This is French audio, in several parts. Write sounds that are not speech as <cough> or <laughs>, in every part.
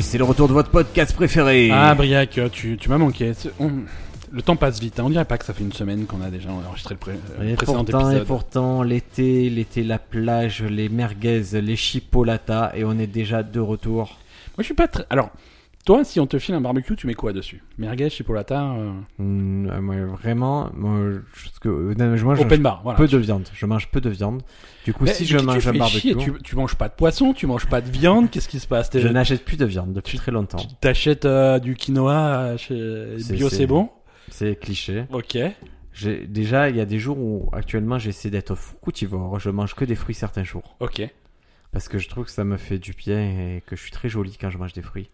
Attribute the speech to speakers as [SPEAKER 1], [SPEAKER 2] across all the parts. [SPEAKER 1] c'est le retour de votre podcast préféré.
[SPEAKER 2] Ah, Briac, euh, tu, tu m'as manqué. C'est- on- Le temps passe vite. hein. On dirait pas que ça fait une semaine qu'on a déjà enregistré le, pré- euh, le
[SPEAKER 1] et
[SPEAKER 2] précédent
[SPEAKER 1] pourtant, et
[SPEAKER 2] épisode.
[SPEAKER 1] pourtant, l'été, l'été, la plage, les merguez, les chipolatas, et on est déjà de retour.
[SPEAKER 2] Moi, je suis pas très. Alors, toi, si on te file un barbecue, tu mets quoi dessus Merguez, chipolata, euh,
[SPEAKER 1] Hum, euh, moi, vraiment, moi, je, parce que, euh, non, je mange
[SPEAKER 2] open bar. Voilà.
[SPEAKER 1] peu de viande. Je mange peu de viande. Du coup,
[SPEAKER 2] Mais
[SPEAKER 1] si
[SPEAKER 2] tu-
[SPEAKER 1] je
[SPEAKER 2] tu
[SPEAKER 1] mange un
[SPEAKER 2] fais
[SPEAKER 1] barbecue,
[SPEAKER 2] chier, tu, tu manges pas de poisson, tu manges pas de viande. Qu'est-ce qui se passe T'es-
[SPEAKER 1] je n'achète plus de viande depuis très longtemps.
[SPEAKER 2] Tu t'achètes euh, du quinoa euh, chez
[SPEAKER 1] C'est-
[SPEAKER 2] bio,
[SPEAKER 1] c'est-
[SPEAKER 2] c'est bon
[SPEAKER 1] C'est cliché.
[SPEAKER 2] Ok.
[SPEAKER 1] J'ai, déjà, il y a des jours où, actuellement, j'essaie d'être fructivore. Je mange que des fruits certains jours.
[SPEAKER 2] Ok.
[SPEAKER 1] Parce que je trouve que ça me fait du bien et que je suis très jolie quand je mange des fruits.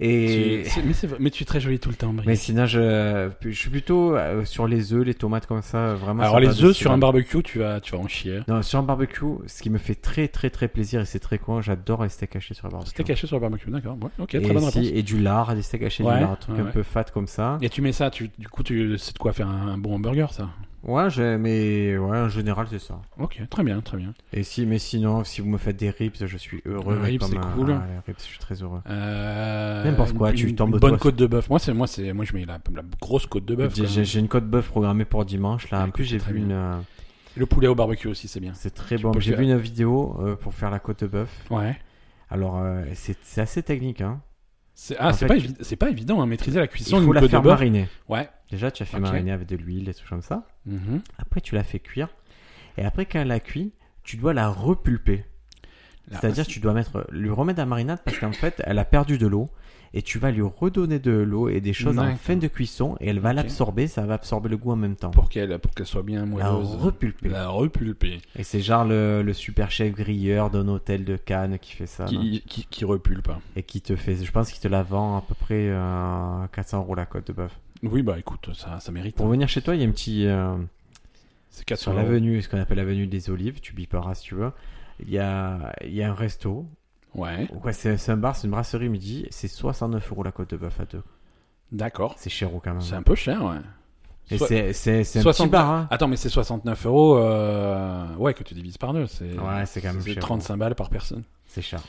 [SPEAKER 2] Tu-
[SPEAKER 1] Et
[SPEAKER 2] c'est- mais, c'est vrai- mais tu es très jolie tout le temps, Briac.
[SPEAKER 1] mais sinon je je suis plutôt euh, sur les œufs, les tomates comme ça euh, vraiment.
[SPEAKER 2] Alors,
[SPEAKER 1] c'est pas
[SPEAKER 2] les œufs sur
[SPEAKER 1] décidable.
[SPEAKER 2] un barbecue, tu vas, tu vas en chier.
[SPEAKER 1] Non, sur un barbecue, ce qui me fait très très très plaisir et c'est très con, j'adore les steaks hachés sur le barbecue.
[SPEAKER 2] C'était caché sur le barbecue, d'accord. ouais, ok, très
[SPEAKER 1] et,
[SPEAKER 2] bonne
[SPEAKER 1] si-
[SPEAKER 2] réponse.
[SPEAKER 1] et du lard, des steaks hachés,
[SPEAKER 2] Ouais,
[SPEAKER 1] du lard, un truc
[SPEAKER 2] ouais,
[SPEAKER 1] un
[SPEAKER 2] ouais.
[SPEAKER 1] peu fat comme ça.
[SPEAKER 2] Et tu mets ça, tu, du coup, tu, c'est de quoi faire un, un bon hamburger, ça
[SPEAKER 1] Ouais, je- mais ouais, en général c'est ça.
[SPEAKER 2] Ok, très bien, très bien.
[SPEAKER 1] Et si, mais sinon, si vous me faites des ribs, je suis heureux.
[SPEAKER 2] Un
[SPEAKER 1] mais
[SPEAKER 2] rib,
[SPEAKER 1] comme
[SPEAKER 2] c'est
[SPEAKER 1] un-
[SPEAKER 2] cool.
[SPEAKER 1] ah, les ribs, je suis très heureux.
[SPEAKER 2] Euh,
[SPEAKER 1] N'importe quoi,
[SPEAKER 2] une-
[SPEAKER 1] tu tombes
[SPEAKER 2] Une
[SPEAKER 1] au
[SPEAKER 2] bonne
[SPEAKER 1] doigt,
[SPEAKER 2] côte de bœuf. Moi, c'est moi, c'est moi, je mets la, la grosse côte de bœuf.
[SPEAKER 1] J'ai
[SPEAKER 2] quoi.
[SPEAKER 1] j'ai- j'ai une côte bœuf programmée pour dimanche là. En
[SPEAKER 2] Écoute,
[SPEAKER 1] plus, j'ai
[SPEAKER 2] très
[SPEAKER 1] vu
[SPEAKER 2] bien.
[SPEAKER 1] une euh,
[SPEAKER 2] Le poulet au barbecue aussi, c'est bien.
[SPEAKER 1] C'est très
[SPEAKER 2] Tu
[SPEAKER 1] bon.
[SPEAKER 2] peux
[SPEAKER 1] J'ai
[SPEAKER 2] faire-
[SPEAKER 1] vu une vidéo euh, pour faire la côte de bœuf.
[SPEAKER 2] Ouais.
[SPEAKER 1] Alors, euh, c'est c'est assez technique. Hein.
[SPEAKER 2] C'est, ah,
[SPEAKER 1] En fait,
[SPEAKER 2] c'est pas,
[SPEAKER 1] tu-
[SPEAKER 2] évi- c'est pas évident, hein, maîtriser la
[SPEAKER 1] Il
[SPEAKER 2] cuisson
[SPEAKER 1] faut
[SPEAKER 2] d'une
[SPEAKER 1] la
[SPEAKER 2] côte de
[SPEAKER 1] faire
[SPEAKER 2] bœuf.
[SPEAKER 1] mariner.
[SPEAKER 2] Ouais.
[SPEAKER 1] Déjà, tu as fait
[SPEAKER 2] Ok.
[SPEAKER 1] mariner avec de l'huile et tout comme ça.
[SPEAKER 2] Mhm.
[SPEAKER 1] Après, tu la fais cuire. Et après, quand elle a cuit, tu dois la repulper.
[SPEAKER 2] Là,
[SPEAKER 1] C'est-à-dire, tu dois mettre, lui remettre la marinade parce qu'en fait, elle a perdu de l'eau. Et tu vas lui redonner de l'eau et des choses en
[SPEAKER 2] D'accord.
[SPEAKER 1] fin de cuisson. Et elle va
[SPEAKER 2] Ok.
[SPEAKER 1] l'absorber. Ça va absorber le goût en même temps.
[SPEAKER 2] Pour qu'elle, pour qu'elle soit bien
[SPEAKER 1] La
[SPEAKER 2] moelleuse.
[SPEAKER 1] repulper.
[SPEAKER 2] La repulpée.
[SPEAKER 1] Et c'est genre le, le super chef grilleur d'un hôtel de Cannes qui fait ça. là.
[SPEAKER 2] Qui, qui, qui repulpe. hein.
[SPEAKER 1] et qui te fait, je pense qu'il te la vend à peu près euh, 400 euros la côte de bœuf.
[SPEAKER 2] Oui, bah écoute, ça, ça mérite.
[SPEAKER 1] Pour
[SPEAKER 2] hein.
[SPEAKER 1] venir chez toi, il y a un petit euh,
[SPEAKER 2] C'est 400
[SPEAKER 1] sur
[SPEAKER 2] euros.
[SPEAKER 1] l'avenue, ce qu'on appelle l'avenue des Olives, tu biperas si tu veux. Il y a, il y a un resto,
[SPEAKER 2] Ouais.
[SPEAKER 1] ouais, c'est c'est un bar, c'est une brasserie midi, c'est 69 euros la côte de bœuf à deux.
[SPEAKER 2] D'accord.
[SPEAKER 1] C'est cher quand même.
[SPEAKER 2] C'est un peu cher, ouais.
[SPEAKER 1] Et
[SPEAKER 2] Soit- Ah.
[SPEAKER 1] c'est- c'est c'est un
[SPEAKER 2] 60
[SPEAKER 1] petit bar, hein.
[SPEAKER 2] Attends, mais c'est 69 euros, euh, ouais, que tu divises par deux. C'est,
[SPEAKER 1] Ouais, c'est quand même
[SPEAKER 2] c'est
[SPEAKER 1] cher.
[SPEAKER 2] 35 balles par personne.
[SPEAKER 1] C'est cher.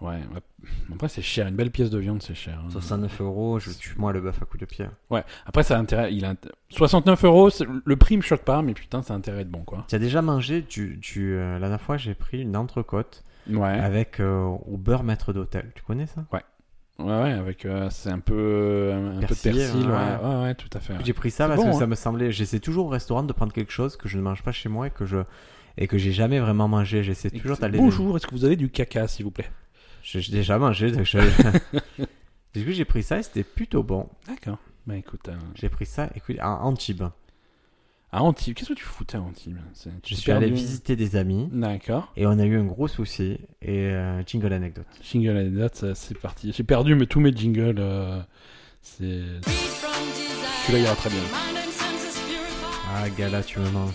[SPEAKER 2] Ouais, ouais. Après, c'est cher. Une belle pièce de viande, c'est cher. hein.
[SPEAKER 1] 69 euros, je tue moi le bœuf à coup de pied.
[SPEAKER 2] Ouais. Après, ça a intérêt. Il a... int- 69 euros, c'est- le prix me choque pas, mais putain, ça a intérêt de bon, quoi.
[SPEAKER 1] Tu as déjà mangé du, du euh, la dernière fois j'ai pris une entrecôte
[SPEAKER 2] Ouais.
[SPEAKER 1] avec euh, au beurre maître d'hôtel. Tu connais ça
[SPEAKER 2] Ouais, ouais, avec. euh, c'est un peu. Un peu de
[SPEAKER 1] Persil,
[SPEAKER 2] persil, ouais.
[SPEAKER 1] ouais.
[SPEAKER 2] Ouais, ouais, tout à fait.
[SPEAKER 1] J'ai pris ça
[SPEAKER 2] C'est
[SPEAKER 1] parce
[SPEAKER 2] bon,
[SPEAKER 1] que
[SPEAKER 2] hein.
[SPEAKER 1] ça me semblait. J'essaie toujours au restaurant de prendre quelque chose que je ne mange pas chez moi et que je et que j'ai jamais vraiment mangé. J'essaie
[SPEAKER 2] Et
[SPEAKER 1] toujours
[SPEAKER 2] c'est-
[SPEAKER 1] d'aller.
[SPEAKER 2] Bonjour, est-ce que vous avez du caca, s'il vous plaît
[SPEAKER 1] J'ai j'ai déjà mangé. donc je- du coup, j'ai pris ça et c'était plutôt bon.
[SPEAKER 2] D'accord. Bah écoute, euh,
[SPEAKER 1] J'ai pris ça. Écoute, à Antibes,
[SPEAKER 2] à Antibes, qu'est-ce que tu foutais à Antibes C'est-
[SPEAKER 1] je
[SPEAKER 2] tu
[SPEAKER 1] suis
[SPEAKER 2] perds
[SPEAKER 1] allé
[SPEAKER 2] du-
[SPEAKER 1] visiter des amis
[SPEAKER 2] D'accord.
[SPEAKER 1] et on a eu un gros souci. Et euh, jingle anecdote.
[SPEAKER 2] Jingle anecdote, ça, c'est parti. J'ai perdu mais tous mes jingles. euh, c'est. Celui-là ira très bien.
[SPEAKER 1] Ah, gala, tu me manques.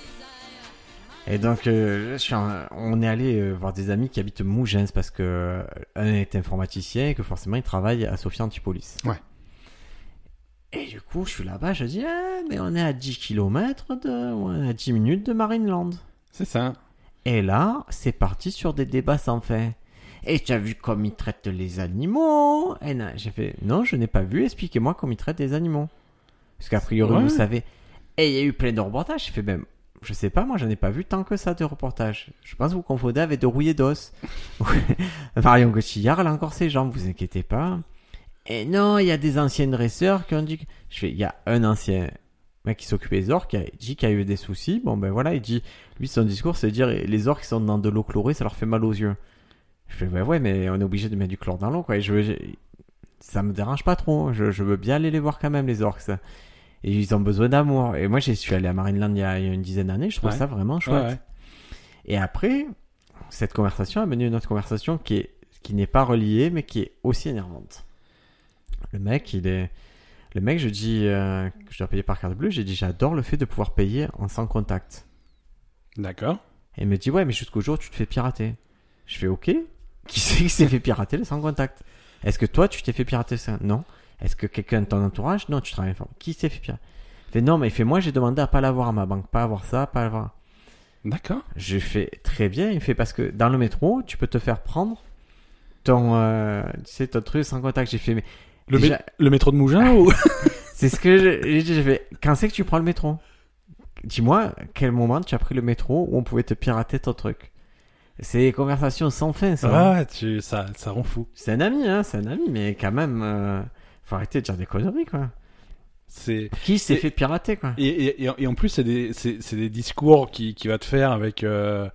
[SPEAKER 1] Et donc, euh, je suis en- on est allé euh, voir des amis qui habitent Mougens parce que euh, un est informaticien et que forcément il travaille à Sophia Antipolis.
[SPEAKER 2] Ouais.
[SPEAKER 1] Et du coup, je suis là-bas, je dis, Ah, mais on est à 10 km de, on est à 10 minutes de Marineland.
[SPEAKER 2] C'est ça.
[SPEAKER 1] Et là, c'est parti sur des débats sans fin. Et tu as vu comme ils traitent les animaux Et non, j'ai fait non, je n'ai pas vu. Expliquez-moi comment ils traitent les animaux. Parce qu'a priori,
[SPEAKER 2] Ouais.
[SPEAKER 1] vous savez. Et il y a eu plein de reportages. J'ai fait même. Je sais pas, moi j'en ai pas vu tant que ça de reportages. Je pense que vous confondez avec de rouillé d'os. <laughs> Marion Cotillard, elle a encore ses jambes, vous inquiétez pas. Et non, il y a des anciens dresseurs qui ont dit. que- Je fais, il y a un ancien mec qui s'occupait des orques qui a dit qu'il y a eu des soucis. Bon ben voilà, il dit lui, son discours, c'est de dire les orques qui sont dans de l'eau chlorée, ça leur fait mal aux yeux. Je fais, bah ouais, mais on est obligé de mettre du chlore dans l'eau, quoi. Et je, veux- j'ai- ça me dérange pas trop. hein. Je, je veux bien aller les voir quand même, les orques. ça. Et ils ont besoin d'amour. Et moi, je suis allé à Marineland il y a il y a une dizaine d'années. Je trouve
[SPEAKER 2] Ouais.
[SPEAKER 1] ça vraiment chouette.
[SPEAKER 2] Ouais, ouais.
[SPEAKER 1] Et après, cette conversation a mené une autre conversation qui est qui n'est pas reliée, mais qui est aussi énervante. Le mec, il est. Le mec, je dis, euh, que je dois payer par carte bleue. J'ai dit, j'adore le fait de pouvoir payer en sans contact.
[SPEAKER 2] D'accord.
[SPEAKER 1] Et elle me dit, ouais, mais jusqu'au jour, tu te fais pirater. Je fais, ok. <laughs> Qui c'est qui s'est fait pirater le sans contact Est-ce que toi, tu t'es fait pirater ça Non. Est-ce que quelqu'un de ton entourage Non, tu travailles fort. Qui s'est fait pirater Il fait, non, mais il fait, moi, j'ai demandé à pas l'avoir à ma banque, pas avoir ça, pas avoir.
[SPEAKER 2] D'accord.
[SPEAKER 1] Je fais, très bien. Il fait, parce que dans le métro, tu peux te faire prendre ton, euh, tu sais, ton truc sans contact. J'ai fait, mais
[SPEAKER 2] Le, mé-
[SPEAKER 1] Déjà-
[SPEAKER 2] le métro de Mougins <laughs> ou
[SPEAKER 1] c'est ce que je- j'ai dit. J'ai fait, quand c'est que tu prends le métro Dis-moi, à quel moment tu as pris le métro où on pouvait te pirater ton truc C'est des conversations sans fin, ça.
[SPEAKER 2] Ah, tu, ça, ça rend fou.
[SPEAKER 1] C'est un ami, hein, c'est un ami, mais quand même, euh, faut arrêter de dire des conneries, quoi.
[SPEAKER 2] C'est
[SPEAKER 1] Qui s'est
[SPEAKER 2] Et-
[SPEAKER 1] fait pirater, quoi
[SPEAKER 2] et, et, et en- et en plus c'est des c'est c'est des discours qui qui va te faire avec euh,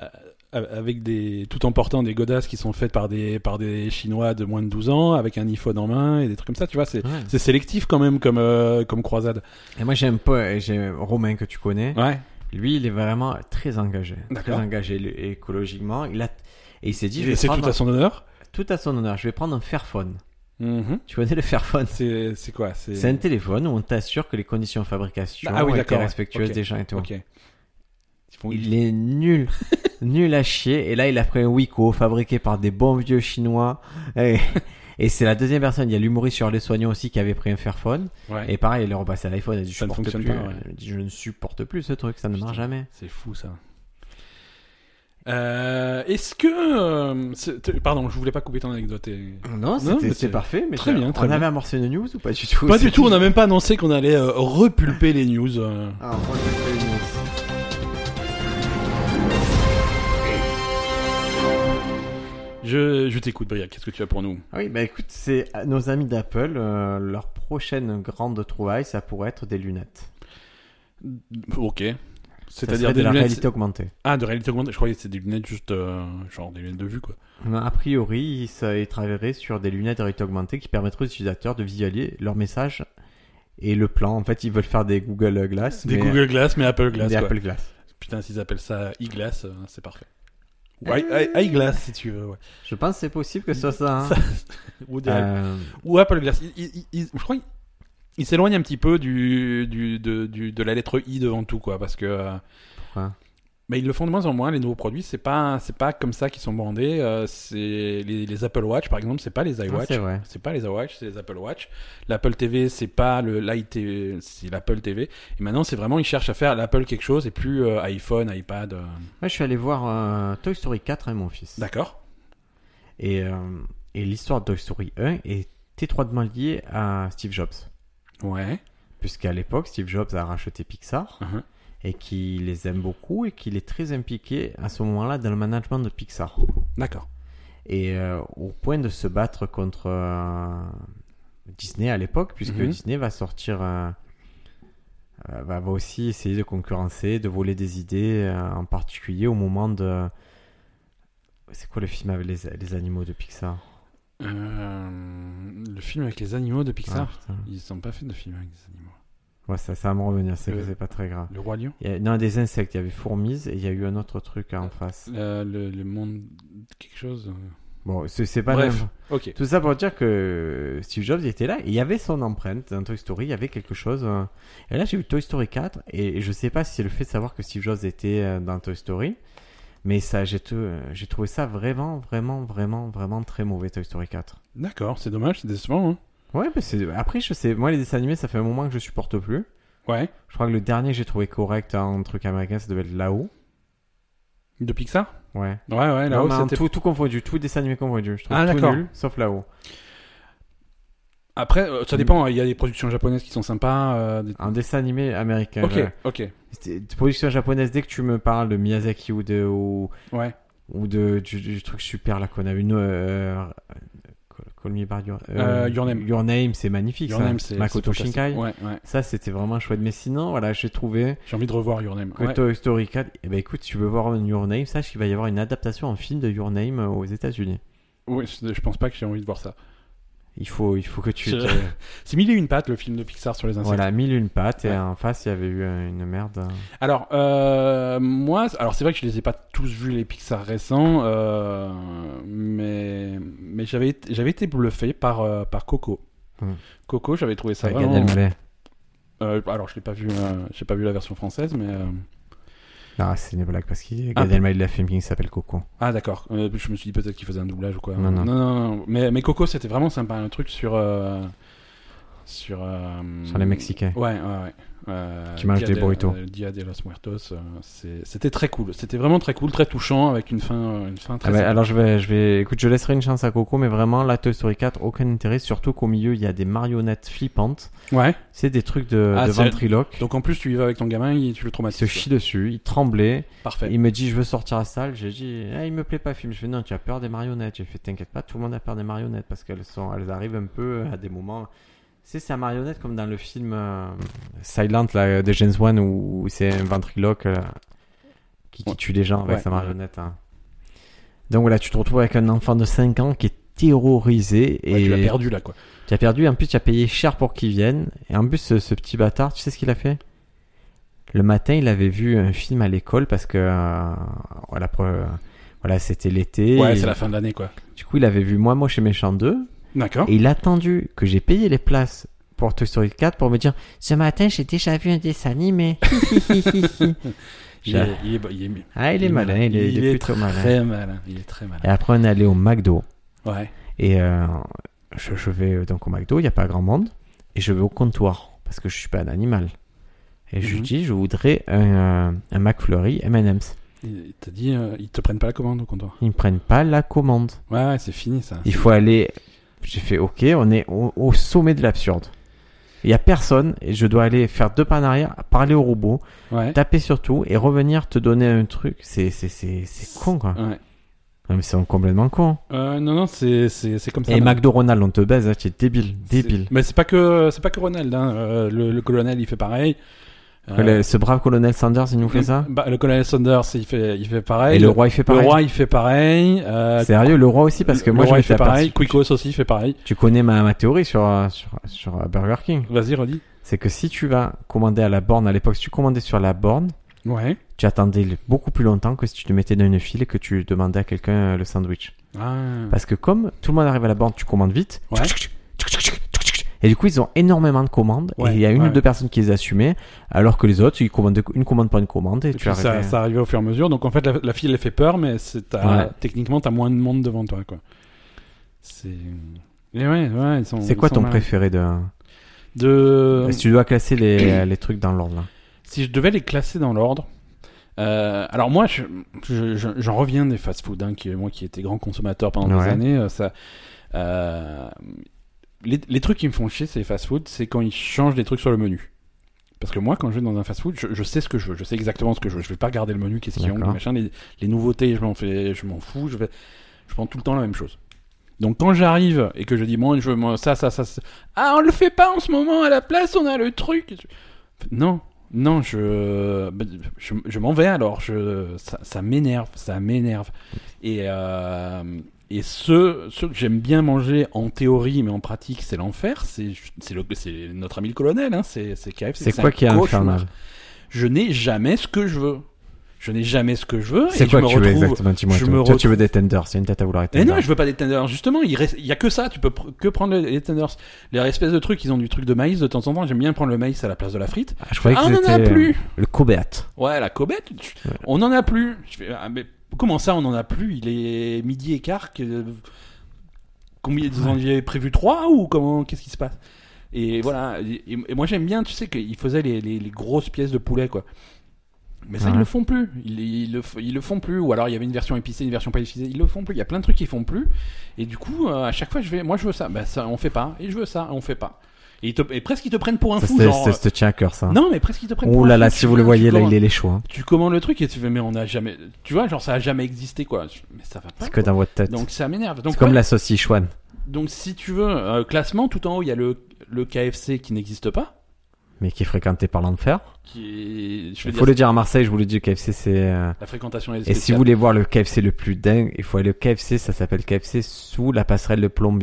[SPEAKER 2] euh, avec des tout en portant des godasses qui sont faites par des par des chinois de moins de 12 ans avec un iPhone en main et des trucs comme ça, tu vois, c'est
[SPEAKER 1] Ouais.
[SPEAKER 2] c'est sélectif quand même comme euh, comme croisade.
[SPEAKER 1] Et moi, j'ai un pote, j'ai Romain que tu connais.
[SPEAKER 2] Ouais.
[SPEAKER 1] Lui, il est vraiment très engagé. Très
[SPEAKER 2] D'accord.
[SPEAKER 1] engagé l- écologiquement. Il a... Et il s'est dit, je
[SPEAKER 2] Et
[SPEAKER 1] vais
[SPEAKER 2] c'est
[SPEAKER 1] prendre
[SPEAKER 2] tout à son honneur.
[SPEAKER 1] son honneur, je vais prendre un Fairphone.
[SPEAKER 2] Mhm.
[SPEAKER 1] Tu connais le Fairphone
[SPEAKER 2] C'est c'est quoi
[SPEAKER 1] C'est un téléphone où on t'assure que les conditions de fabrication
[SPEAKER 2] Ah oui,
[SPEAKER 1] ont été
[SPEAKER 2] d'accord.
[SPEAKER 1] respectueuses
[SPEAKER 2] Ok.
[SPEAKER 1] des gens et tout.
[SPEAKER 2] OK. Ils font-
[SPEAKER 1] Il est
[SPEAKER 2] <laughs>
[SPEAKER 1] nul, nul à chier. Et là, il a pris un Wiko fabriqué par des bons vieux chinois. Et, et c'est la deuxième personne. Il y a l'humoriste sur les soignants aussi qui avait pris un Fairphone.
[SPEAKER 2] Ouais.
[SPEAKER 1] Et pareil, il est repassé à l'iPhone. Il a dit, je,
[SPEAKER 2] Ça ne
[SPEAKER 1] supporte
[SPEAKER 2] fonctionne
[SPEAKER 1] plus.
[SPEAKER 2] pas, ouais.
[SPEAKER 1] Il a dit, je ne supporte plus ce truc, ça ne
[SPEAKER 2] Putain.
[SPEAKER 1] marche jamais.
[SPEAKER 2] C'est fou ça. Euh, Est-ce que euh, c'est- t- pardon, je voulais pas couper ton anecdote. et-
[SPEAKER 1] Non,
[SPEAKER 2] Non,
[SPEAKER 1] c'était
[SPEAKER 2] mais
[SPEAKER 1] c'est
[SPEAKER 2] c'est-
[SPEAKER 1] parfait. Mais
[SPEAKER 2] très
[SPEAKER 1] t'as-
[SPEAKER 2] bien, très
[SPEAKER 1] on avait
[SPEAKER 2] bien.
[SPEAKER 1] amorcé une news ou pas du tout
[SPEAKER 2] Pas du
[SPEAKER 1] c'est-
[SPEAKER 2] tout, on n'a même pas annoncé qu'on allait euh, repulper les news. euh.
[SPEAKER 1] Ah, on va faire une news.
[SPEAKER 2] Je, je t'écoute, Briac, qu'est-ce que tu as pour nous
[SPEAKER 1] Ah oui, bah écoute, c'est à nos amis d'Apple, euh, leur prochaine grande trouvaille, ça pourrait être des lunettes.
[SPEAKER 2] Ok.
[SPEAKER 1] Ça
[SPEAKER 2] C'est-à-dire
[SPEAKER 1] serait
[SPEAKER 2] des
[SPEAKER 1] de la
[SPEAKER 2] lunettes.
[SPEAKER 1] réalité augmentée.
[SPEAKER 2] Ah, de réalité augmentée. Je croyais que c'était des lunettes juste. euh, genre des lunettes de vue, quoi.
[SPEAKER 1] Non, a priori, ils, se- ils travailleraient sur des lunettes de réalité augmentée qui permettraient aux utilisateurs de visualiser leur message et le plan. En fait, ils veulent faire des Google Glass,
[SPEAKER 2] Des
[SPEAKER 1] mais-
[SPEAKER 2] Google Glass, mais euh, Apple Glass.
[SPEAKER 1] des
[SPEAKER 2] quoi.
[SPEAKER 1] Apple Glass.
[SPEAKER 2] Putain, s'ils appellent ça e-glass, euh, c'est parfait. Ou i- i- iGlass, si tu veux. ouais.
[SPEAKER 1] Je pense que c'est possible que ce soit ça. hein.
[SPEAKER 2] Ça- Ou des-
[SPEAKER 1] Euh,
[SPEAKER 2] Ou Apple Glass. Il- il- il- je crois qu'il il s'éloigne un petit peu du, du, de, du- de la lettre I devant tout, quoi, parce que. euh,
[SPEAKER 1] Pourquoi
[SPEAKER 2] mais ils le font de moins en moins, les nouveaux produits, c'est pas, c'est pas comme ça qu'ils sont brandés. euh, c'est les, les Apple Watch, par exemple, c'est pas les
[SPEAKER 1] ah,
[SPEAKER 2] iWatch.
[SPEAKER 1] c'est vrai.
[SPEAKER 2] c'est pas les iWatch, c'est les Apple Watch. L'Apple TV, c'est pas le l'iT, TV, c'est l'Apple TV. Et maintenant, c'est vraiment, ils cherchent à faire l'Apple quelque chose et plus euh, iPhone, iPad. euh.
[SPEAKER 1] Moi, je suis allé voir euh, Toy Story 4 avec mon fils.
[SPEAKER 2] D'accord.
[SPEAKER 1] Et, euh, et l'histoire de Toy Story 1 est étroitement liée à Steve Jobs.
[SPEAKER 2] Ouais.
[SPEAKER 1] Puisqu'à l'époque, Steve Jobs a racheté Pixar
[SPEAKER 2] Mhm.
[SPEAKER 1] et qu'il les aime beaucoup et qu'il est très impliqué à ce moment-là dans le management de Pixar.
[SPEAKER 2] D'accord.
[SPEAKER 1] Et euh, au point de se battre contre euh, Disney à l'époque, puisque
[SPEAKER 2] Mhm.
[SPEAKER 1] Disney va sortir. euh, euh, va, va aussi essayer de concurrencer, de voler des idées, euh, en particulier au moment de. C'est quoi le film avec les, les animaux de Pixar
[SPEAKER 2] Euh, le film avec les animaux de Pixar.
[SPEAKER 1] Ah, putain.
[SPEAKER 2] Ils n'ont pas fait de film avec des animaux.
[SPEAKER 1] Ouais, ça, ça va me revenir, c'est que
[SPEAKER 2] Euh,
[SPEAKER 1] c'est pas très grave.
[SPEAKER 2] Le roi lion.
[SPEAKER 1] Il y a, non, des insectes, il y avait fourmis et il y a eu un autre truc hein, en face.
[SPEAKER 2] Euh, le, le monde quelque chose. euh.
[SPEAKER 1] Bon, c'est c'est pas
[SPEAKER 2] Bref.
[SPEAKER 1] grave.
[SPEAKER 2] Ok.
[SPEAKER 1] Tout ça pour dire que Steve Jobs il était là, et il y avait son empreinte dans Toy Story, il y avait quelque chose. euh. Et là, j'ai vu Toy Story 4 et je sais pas si c'est le fait de savoir que Steve Jobs était euh, dans Toy Story, mais ça, j'ai tout- euh, j'ai trouvé ça vraiment, vraiment, vraiment, vraiment très mauvais Toy Story 4.
[SPEAKER 2] D'accord. C'est dommage, c'est décevant. hein.
[SPEAKER 1] Ouais, bah c'est- après, je sais, moi les dessins animés, ça fait un moment que je supporte plus.
[SPEAKER 2] Ouais.
[SPEAKER 1] Je crois que le dernier que j'ai trouvé correct en truc américain, ça devait être là-haut.
[SPEAKER 2] De Pixar.
[SPEAKER 1] Ouais.
[SPEAKER 2] Ouais, ouais.
[SPEAKER 1] Non,
[SPEAKER 2] Là-haut,
[SPEAKER 1] mais en
[SPEAKER 2] Ah, c'était.
[SPEAKER 1] tout, tout confondu, tout dessin animé confondu. Je trouve
[SPEAKER 2] Ah,
[SPEAKER 1] tout
[SPEAKER 2] d'accord.
[SPEAKER 1] nul, sauf là-haut.
[SPEAKER 2] Après, euh, ça dépend. Il y a des productions japonaises qui sont sympas. euh, des- euh,
[SPEAKER 1] Un dessin animé américain.
[SPEAKER 2] Ok.
[SPEAKER 1] ouais.
[SPEAKER 2] Ok.
[SPEAKER 1] C'était- de Production japonaise, dès que tu me parles de Miyazaki ou de ou,
[SPEAKER 2] Ouais.
[SPEAKER 1] ou de du, du truc super là qu'on a vu, une euh, euh, Call Me By Your,
[SPEAKER 2] Euh, Your Name.
[SPEAKER 1] Your Name, c'est magnifique.
[SPEAKER 2] Your
[SPEAKER 1] ça.
[SPEAKER 2] Name, c'est
[SPEAKER 1] Makoto
[SPEAKER 2] c'est fantastique.
[SPEAKER 1] Shinkai.
[SPEAKER 2] Ouais, ouais.
[SPEAKER 1] Ça, c'était vraiment chouette. Mais sinon, voilà, j'ai trouvé
[SPEAKER 2] J'ai envie de revoir Your Name.
[SPEAKER 1] que
[SPEAKER 2] Ouais.
[SPEAKER 1] Toy Story 4. Eh ben, écoute, si tu veux voir un Your Name, sache qu'il va y avoir une adaptation en film de Your Name euh, aux États-Unis.
[SPEAKER 2] Ouais, je je pense pas que j'ai envie de voir ça.
[SPEAKER 1] Il faut, il faut que tu.
[SPEAKER 2] <laughs> Je-
[SPEAKER 1] te-
[SPEAKER 2] C'est mille et une pattes le film de Pixar sur les insectes.
[SPEAKER 1] Voilà, mille une pattes et
[SPEAKER 2] Ouais.
[SPEAKER 1] en face il y avait eu euh, une merde. euh.
[SPEAKER 2] Alors euh, moi, alors c'est vrai que je les ai pas tous vus les Pixar récents, euh, mais mais j'avais été- j'avais été bluffé par euh, par Coco.
[SPEAKER 1] Hmm.
[SPEAKER 2] Coco, j'avais trouvé ça
[SPEAKER 1] Ça
[SPEAKER 2] vraiment-
[SPEAKER 1] gagnait le Elmaleh.
[SPEAKER 2] euh, alors je l'ai pas vu, euh, j'ai pas vu la version française, mais euh,
[SPEAKER 1] Non, c'est une blague parce qu'il
[SPEAKER 2] Ah,
[SPEAKER 1] Gad Elmaleh il a fait un film qui s'appelle Coco.
[SPEAKER 2] ah d'accord. Euh, je me suis dit peut-être qu'il faisait un doublage ou quoi.
[SPEAKER 1] Non, non.
[SPEAKER 2] non, non, non. Mais mais Coco, c'était vraiment sympa, un truc sur. euh, sur, euh,
[SPEAKER 1] Sur les Mexicains.
[SPEAKER 2] Ouais, ouais, ouais. Euh,
[SPEAKER 1] Qui mangent
[SPEAKER 2] Dia
[SPEAKER 1] des
[SPEAKER 2] de-
[SPEAKER 1] burritos.
[SPEAKER 2] euh, Dia de los Muertos, euh, c'est- c'était très cool. C'était vraiment très cool, très touchant, avec une fin, euh, une fin
[SPEAKER 1] Ah
[SPEAKER 2] très.
[SPEAKER 1] ben,
[SPEAKER 2] sympa.
[SPEAKER 1] alors je vais, je vais, écoute, je laisserai une chance à Coco, mais vraiment, la Toy Story 4, aucun intérêt, surtout qu'au milieu, il y a des marionnettes flippantes.
[SPEAKER 2] Ouais.
[SPEAKER 1] C'est des trucs de,
[SPEAKER 2] Ah,
[SPEAKER 1] de
[SPEAKER 2] c'est-
[SPEAKER 1] ventriloque.
[SPEAKER 2] Donc en plus, tu y vas avec ton gamin, il- tu
[SPEAKER 1] Il
[SPEAKER 2] le
[SPEAKER 1] se
[SPEAKER 2] traumatises.
[SPEAKER 1] chie dessus, il tremblait.
[SPEAKER 2] Parfait.
[SPEAKER 1] Il me dit, je veux sortir à la salle. J'ai dit, ah, il me plaît pas, le film. Je fais, non, tu as peur des marionnettes. J'ai fait, t'inquiète pas, tout le monde a peur des marionnettes parce qu'elles sont, elles arrivent un peu à des moments. C'est sa marionnette comme dans le film euh, Silent là, euh, de James Wan où, où c'est un ventriloque euh, qui, qui
[SPEAKER 2] Ouais.
[SPEAKER 1] tue les gens avec
[SPEAKER 2] Ouais.
[SPEAKER 1] sa marionnette. hein. Donc voilà, tu te retrouves avec un enfant de 5 ans qui est terrorisé et
[SPEAKER 2] Ouais, tu l'as perdu là, quoi.
[SPEAKER 1] tu as perdu. En plus, tu as payé cher pour qu'il vienne. Et en plus, ce, ce petit bâtard, tu sais ce qu'il a fait Le matin, il avait vu un film à l'école parce que euh, voilà, pour- euh, voilà, c'était l'été.
[SPEAKER 2] Ouais,
[SPEAKER 1] Et
[SPEAKER 2] c'est la fin de l'année, quoi.
[SPEAKER 1] Du coup, il avait vu Moi Moche et Méchant 2
[SPEAKER 2] D'accord.
[SPEAKER 1] et il a attendu que j'ai payé les places pour Toy Story 4 pour me dire ce matin j'ai déjà vu un dessin animé. <laughs>
[SPEAKER 2] Il est, il est, il est-
[SPEAKER 1] ah, il est malin, il est, il est plutôt malin.
[SPEAKER 2] très malin. Il est très malin.
[SPEAKER 1] Et après, on est allé au McDo.
[SPEAKER 2] Ouais.
[SPEAKER 1] Et euh, je, je vais euh, donc au McDo, il n'y a pas grand monde. Et je vais au comptoir, parce que je suis pas un animal. Et je lui
[SPEAKER 2] Mhm.
[SPEAKER 1] dis, je voudrais un, euh, un McFlurry M&M's.
[SPEAKER 2] Il t'a dit, euh, ils te prennent pas la commande au comptoir.
[SPEAKER 1] Ils ne prennent pas la commande.
[SPEAKER 2] Ouais, ouais, Ah, c'est fini ça.
[SPEAKER 1] Il faut aller... J'ai fait, ok, on est au, au sommet de l'absurde. Il n'y a personne, et je dois aller faire deux pas en arrière, parler au robot,
[SPEAKER 2] Ouais.
[SPEAKER 1] taper sur tout, et revenir te donner un truc. C'est c'est- c'est- c'est con, quoi.
[SPEAKER 2] Ouais.
[SPEAKER 1] Non, mais c'est complètement con.
[SPEAKER 2] Euh, non, non, c'est, c'est, c'est comme ça.
[SPEAKER 1] Et
[SPEAKER 2] maintenant.
[SPEAKER 1] McDo Ronald, on te baise, hein, tu es débile,
[SPEAKER 2] C'est-
[SPEAKER 1] débile.
[SPEAKER 2] Mais c'est pas que c'est pas que Ronald. hein. Euh, le, le colonel, il fait pareil. Euh,
[SPEAKER 1] Le- ce brave colonel Sanders, il nous fait ça
[SPEAKER 2] bah, Le colonel Sanders, il fait il fait pareil.
[SPEAKER 1] Et le roi, il fait
[SPEAKER 2] Ah, Le
[SPEAKER 1] pareil.
[SPEAKER 2] roi, il fait pareil. Euh,
[SPEAKER 1] Sérieux, le roi aussi, parce que
[SPEAKER 2] le
[SPEAKER 1] moi, je
[SPEAKER 2] roi, il
[SPEAKER 1] m'étais
[SPEAKER 2] fait pareil.
[SPEAKER 1] aperçu.
[SPEAKER 2] Quicos aussi fait pareil.
[SPEAKER 1] Tu connais ma, ma théorie sur, euh, sur, sur euh, Burger King.
[SPEAKER 2] Vas-y, redis.
[SPEAKER 1] C'est que si tu vas commander à la borne, à l'époque, si tu commandais sur la borne,
[SPEAKER 2] Ouais.
[SPEAKER 1] tu attendais le- beaucoup plus longtemps que si tu te mettais dans une file et que tu demandais à quelqu'un euh, le sandwich.
[SPEAKER 2] Ah.
[SPEAKER 1] Parce que comme tout le monde arrive à la borne, tu commandes vite.
[SPEAKER 2] Ouais.
[SPEAKER 1] Et du coup, ils ont énormément de commandes.
[SPEAKER 2] Ouais,
[SPEAKER 1] et il y a une
[SPEAKER 2] ouais.
[SPEAKER 1] ou deux personnes qui les assumaient, alors que les autres, ils commandent une commande par une commande et,
[SPEAKER 2] Et
[SPEAKER 1] tu
[SPEAKER 2] puis ça,
[SPEAKER 1] arrives.
[SPEAKER 2] ça arrivait au fur et à mesure. Donc en fait, la, la file elle fait peur, mais c'est t'as-
[SPEAKER 1] Ouais.
[SPEAKER 2] techniquement t'as moins de monde devant toi, quoi. C'est. Et ouais, ouais, ils sont.
[SPEAKER 1] C'est quoi
[SPEAKER 2] ils sont
[SPEAKER 1] ton
[SPEAKER 2] malins.
[SPEAKER 1] préféré de.
[SPEAKER 2] De.
[SPEAKER 1] Si tu dois classer
[SPEAKER 2] <coughs>
[SPEAKER 1] les, les trucs dans l'ordre là.
[SPEAKER 2] Si je devais les classer dans l'ordre, euh, alors moi, je- je- je- j'en reviens des fast-food, hein, qui, moi qui étais grand consommateur pendant
[SPEAKER 1] Ouais.
[SPEAKER 2] des années, euh, ça. euh, les, les trucs qui me font chier, c'est les fast-food, c'est quand ils changent des trucs sur le menu. Parce que moi, quand je vais dans un fast-food, je, je sais ce que je veux, je sais exactement ce que je veux. Je vais pas regarder le menu, qu'est-ce qu'il y a,
[SPEAKER 1] D'accord.
[SPEAKER 2] machin. Les, les nouveautés, je m'en fais, je m'en fous. Je vais, je prends tout le temps la même chose. Donc quand j'arrive et que je dis moi, je veux moi, ça, ça, ça, ça. Ah, on le fait pas en ce moment à la place, on a le truc. Non, non, je, bah, je, je m'en vais alors. Je, ça, ça m'énerve, ça m'énerve. Et, euh, et ceux, ceux que j'aime bien manger en théorie, mais en pratique, c'est l'enfer. C'est, c'est, le- c'est notre ami le colonel, hein, c'est, c'est KFC.
[SPEAKER 1] C'est quoi
[SPEAKER 2] un
[SPEAKER 1] qui est
[SPEAKER 2] cauchemar.
[SPEAKER 1] infernal
[SPEAKER 2] Je n'ai jamais ce que je veux. Je n'ai jamais ce que je veux.
[SPEAKER 1] C'est
[SPEAKER 2] et
[SPEAKER 1] quoi
[SPEAKER 2] je
[SPEAKER 1] que tu
[SPEAKER 2] me
[SPEAKER 1] veux
[SPEAKER 2] retrouve...
[SPEAKER 1] exactement Dis-moi
[SPEAKER 2] je
[SPEAKER 1] tout.
[SPEAKER 2] me
[SPEAKER 1] Toi, tu
[SPEAKER 2] retrouve-
[SPEAKER 1] veux des tenders. C'est une tête à vouloir être
[SPEAKER 2] Eh non,
[SPEAKER 1] tender.
[SPEAKER 2] je veux pas des tenders. Justement, il, reste- il y a que ça. Tu peux pr- que prendre les les tenders. Les espèces de trucs, ils ont du truc de maïs de temps en temps. J'aime bien prendre le maïs à la place de la frite.
[SPEAKER 1] Ah, je croyais
[SPEAKER 2] Ah,
[SPEAKER 1] que
[SPEAKER 2] on en a
[SPEAKER 1] c'était
[SPEAKER 2] plus.
[SPEAKER 1] euh, le cobéate.
[SPEAKER 2] Ouais, la cobette, tu- on en a plus. Je fais, ah, mais comment ça, on en a plus Il est midi et quart. que- Combien vous en aviez prévu trois ou comment Qu'est-ce qui se passe Et voilà. Et, et moi j'aime bien, tu sais qu'ils faisaient les, les- les grosses pièces de poulet, quoi. Mais ça,
[SPEAKER 1] Ouais.
[SPEAKER 2] ils le font plus. Ils, ils le, f- ils le font plus. Ou alors, il y avait une version épicée, une version pas épicée. Ils le font plus. Il y a plein de trucs qu'ils font plus. Et du coup, euh, à chaque fois, je vais. Moi, je veux ça. Bah, ça, on fait pas. Et je veux ça. On fait pas. Et, ils te- et presque, ils te prennent pour un
[SPEAKER 1] Ça,
[SPEAKER 2] fou.
[SPEAKER 1] c'est-
[SPEAKER 2] genre, euh,
[SPEAKER 1] c'est- ça te tient à cœur, ça.
[SPEAKER 2] Non, mais presque, ils te prennent
[SPEAKER 1] Oh
[SPEAKER 2] pour
[SPEAKER 1] là
[SPEAKER 2] un
[SPEAKER 1] là,
[SPEAKER 2] fou.
[SPEAKER 1] si
[SPEAKER 2] Tu
[SPEAKER 1] vous le
[SPEAKER 2] veux-
[SPEAKER 1] voyez,
[SPEAKER 2] tu
[SPEAKER 1] là,
[SPEAKER 2] commandes-
[SPEAKER 1] il est hein. les choix.
[SPEAKER 2] tu commandes le truc et tu fais mais on n'a jamais tu vois genre ça a jamais existé quoi Je- mais ça va pas
[SPEAKER 1] C'est que dans votre tête.
[SPEAKER 2] donc ça m'énerve donc
[SPEAKER 1] C'est comme
[SPEAKER 2] ouais,
[SPEAKER 1] la saucichouane.
[SPEAKER 2] donc si tu veux euh, classement tout en haut il y a le le KFC qui n'existe pas
[SPEAKER 1] Mais qui est fréquenté par l'enfer.
[SPEAKER 2] qui est- je veux
[SPEAKER 1] Il
[SPEAKER 2] dire
[SPEAKER 1] faut le dire à Marseille, je vous le dis, le KFC, c'est. euh,
[SPEAKER 2] la fréquentation est
[SPEAKER 1] Et si vous voulez voir le KFC le plus dingue, il faut aller au KFC, ça s'appelle KFC sous la passerelle de Plombière.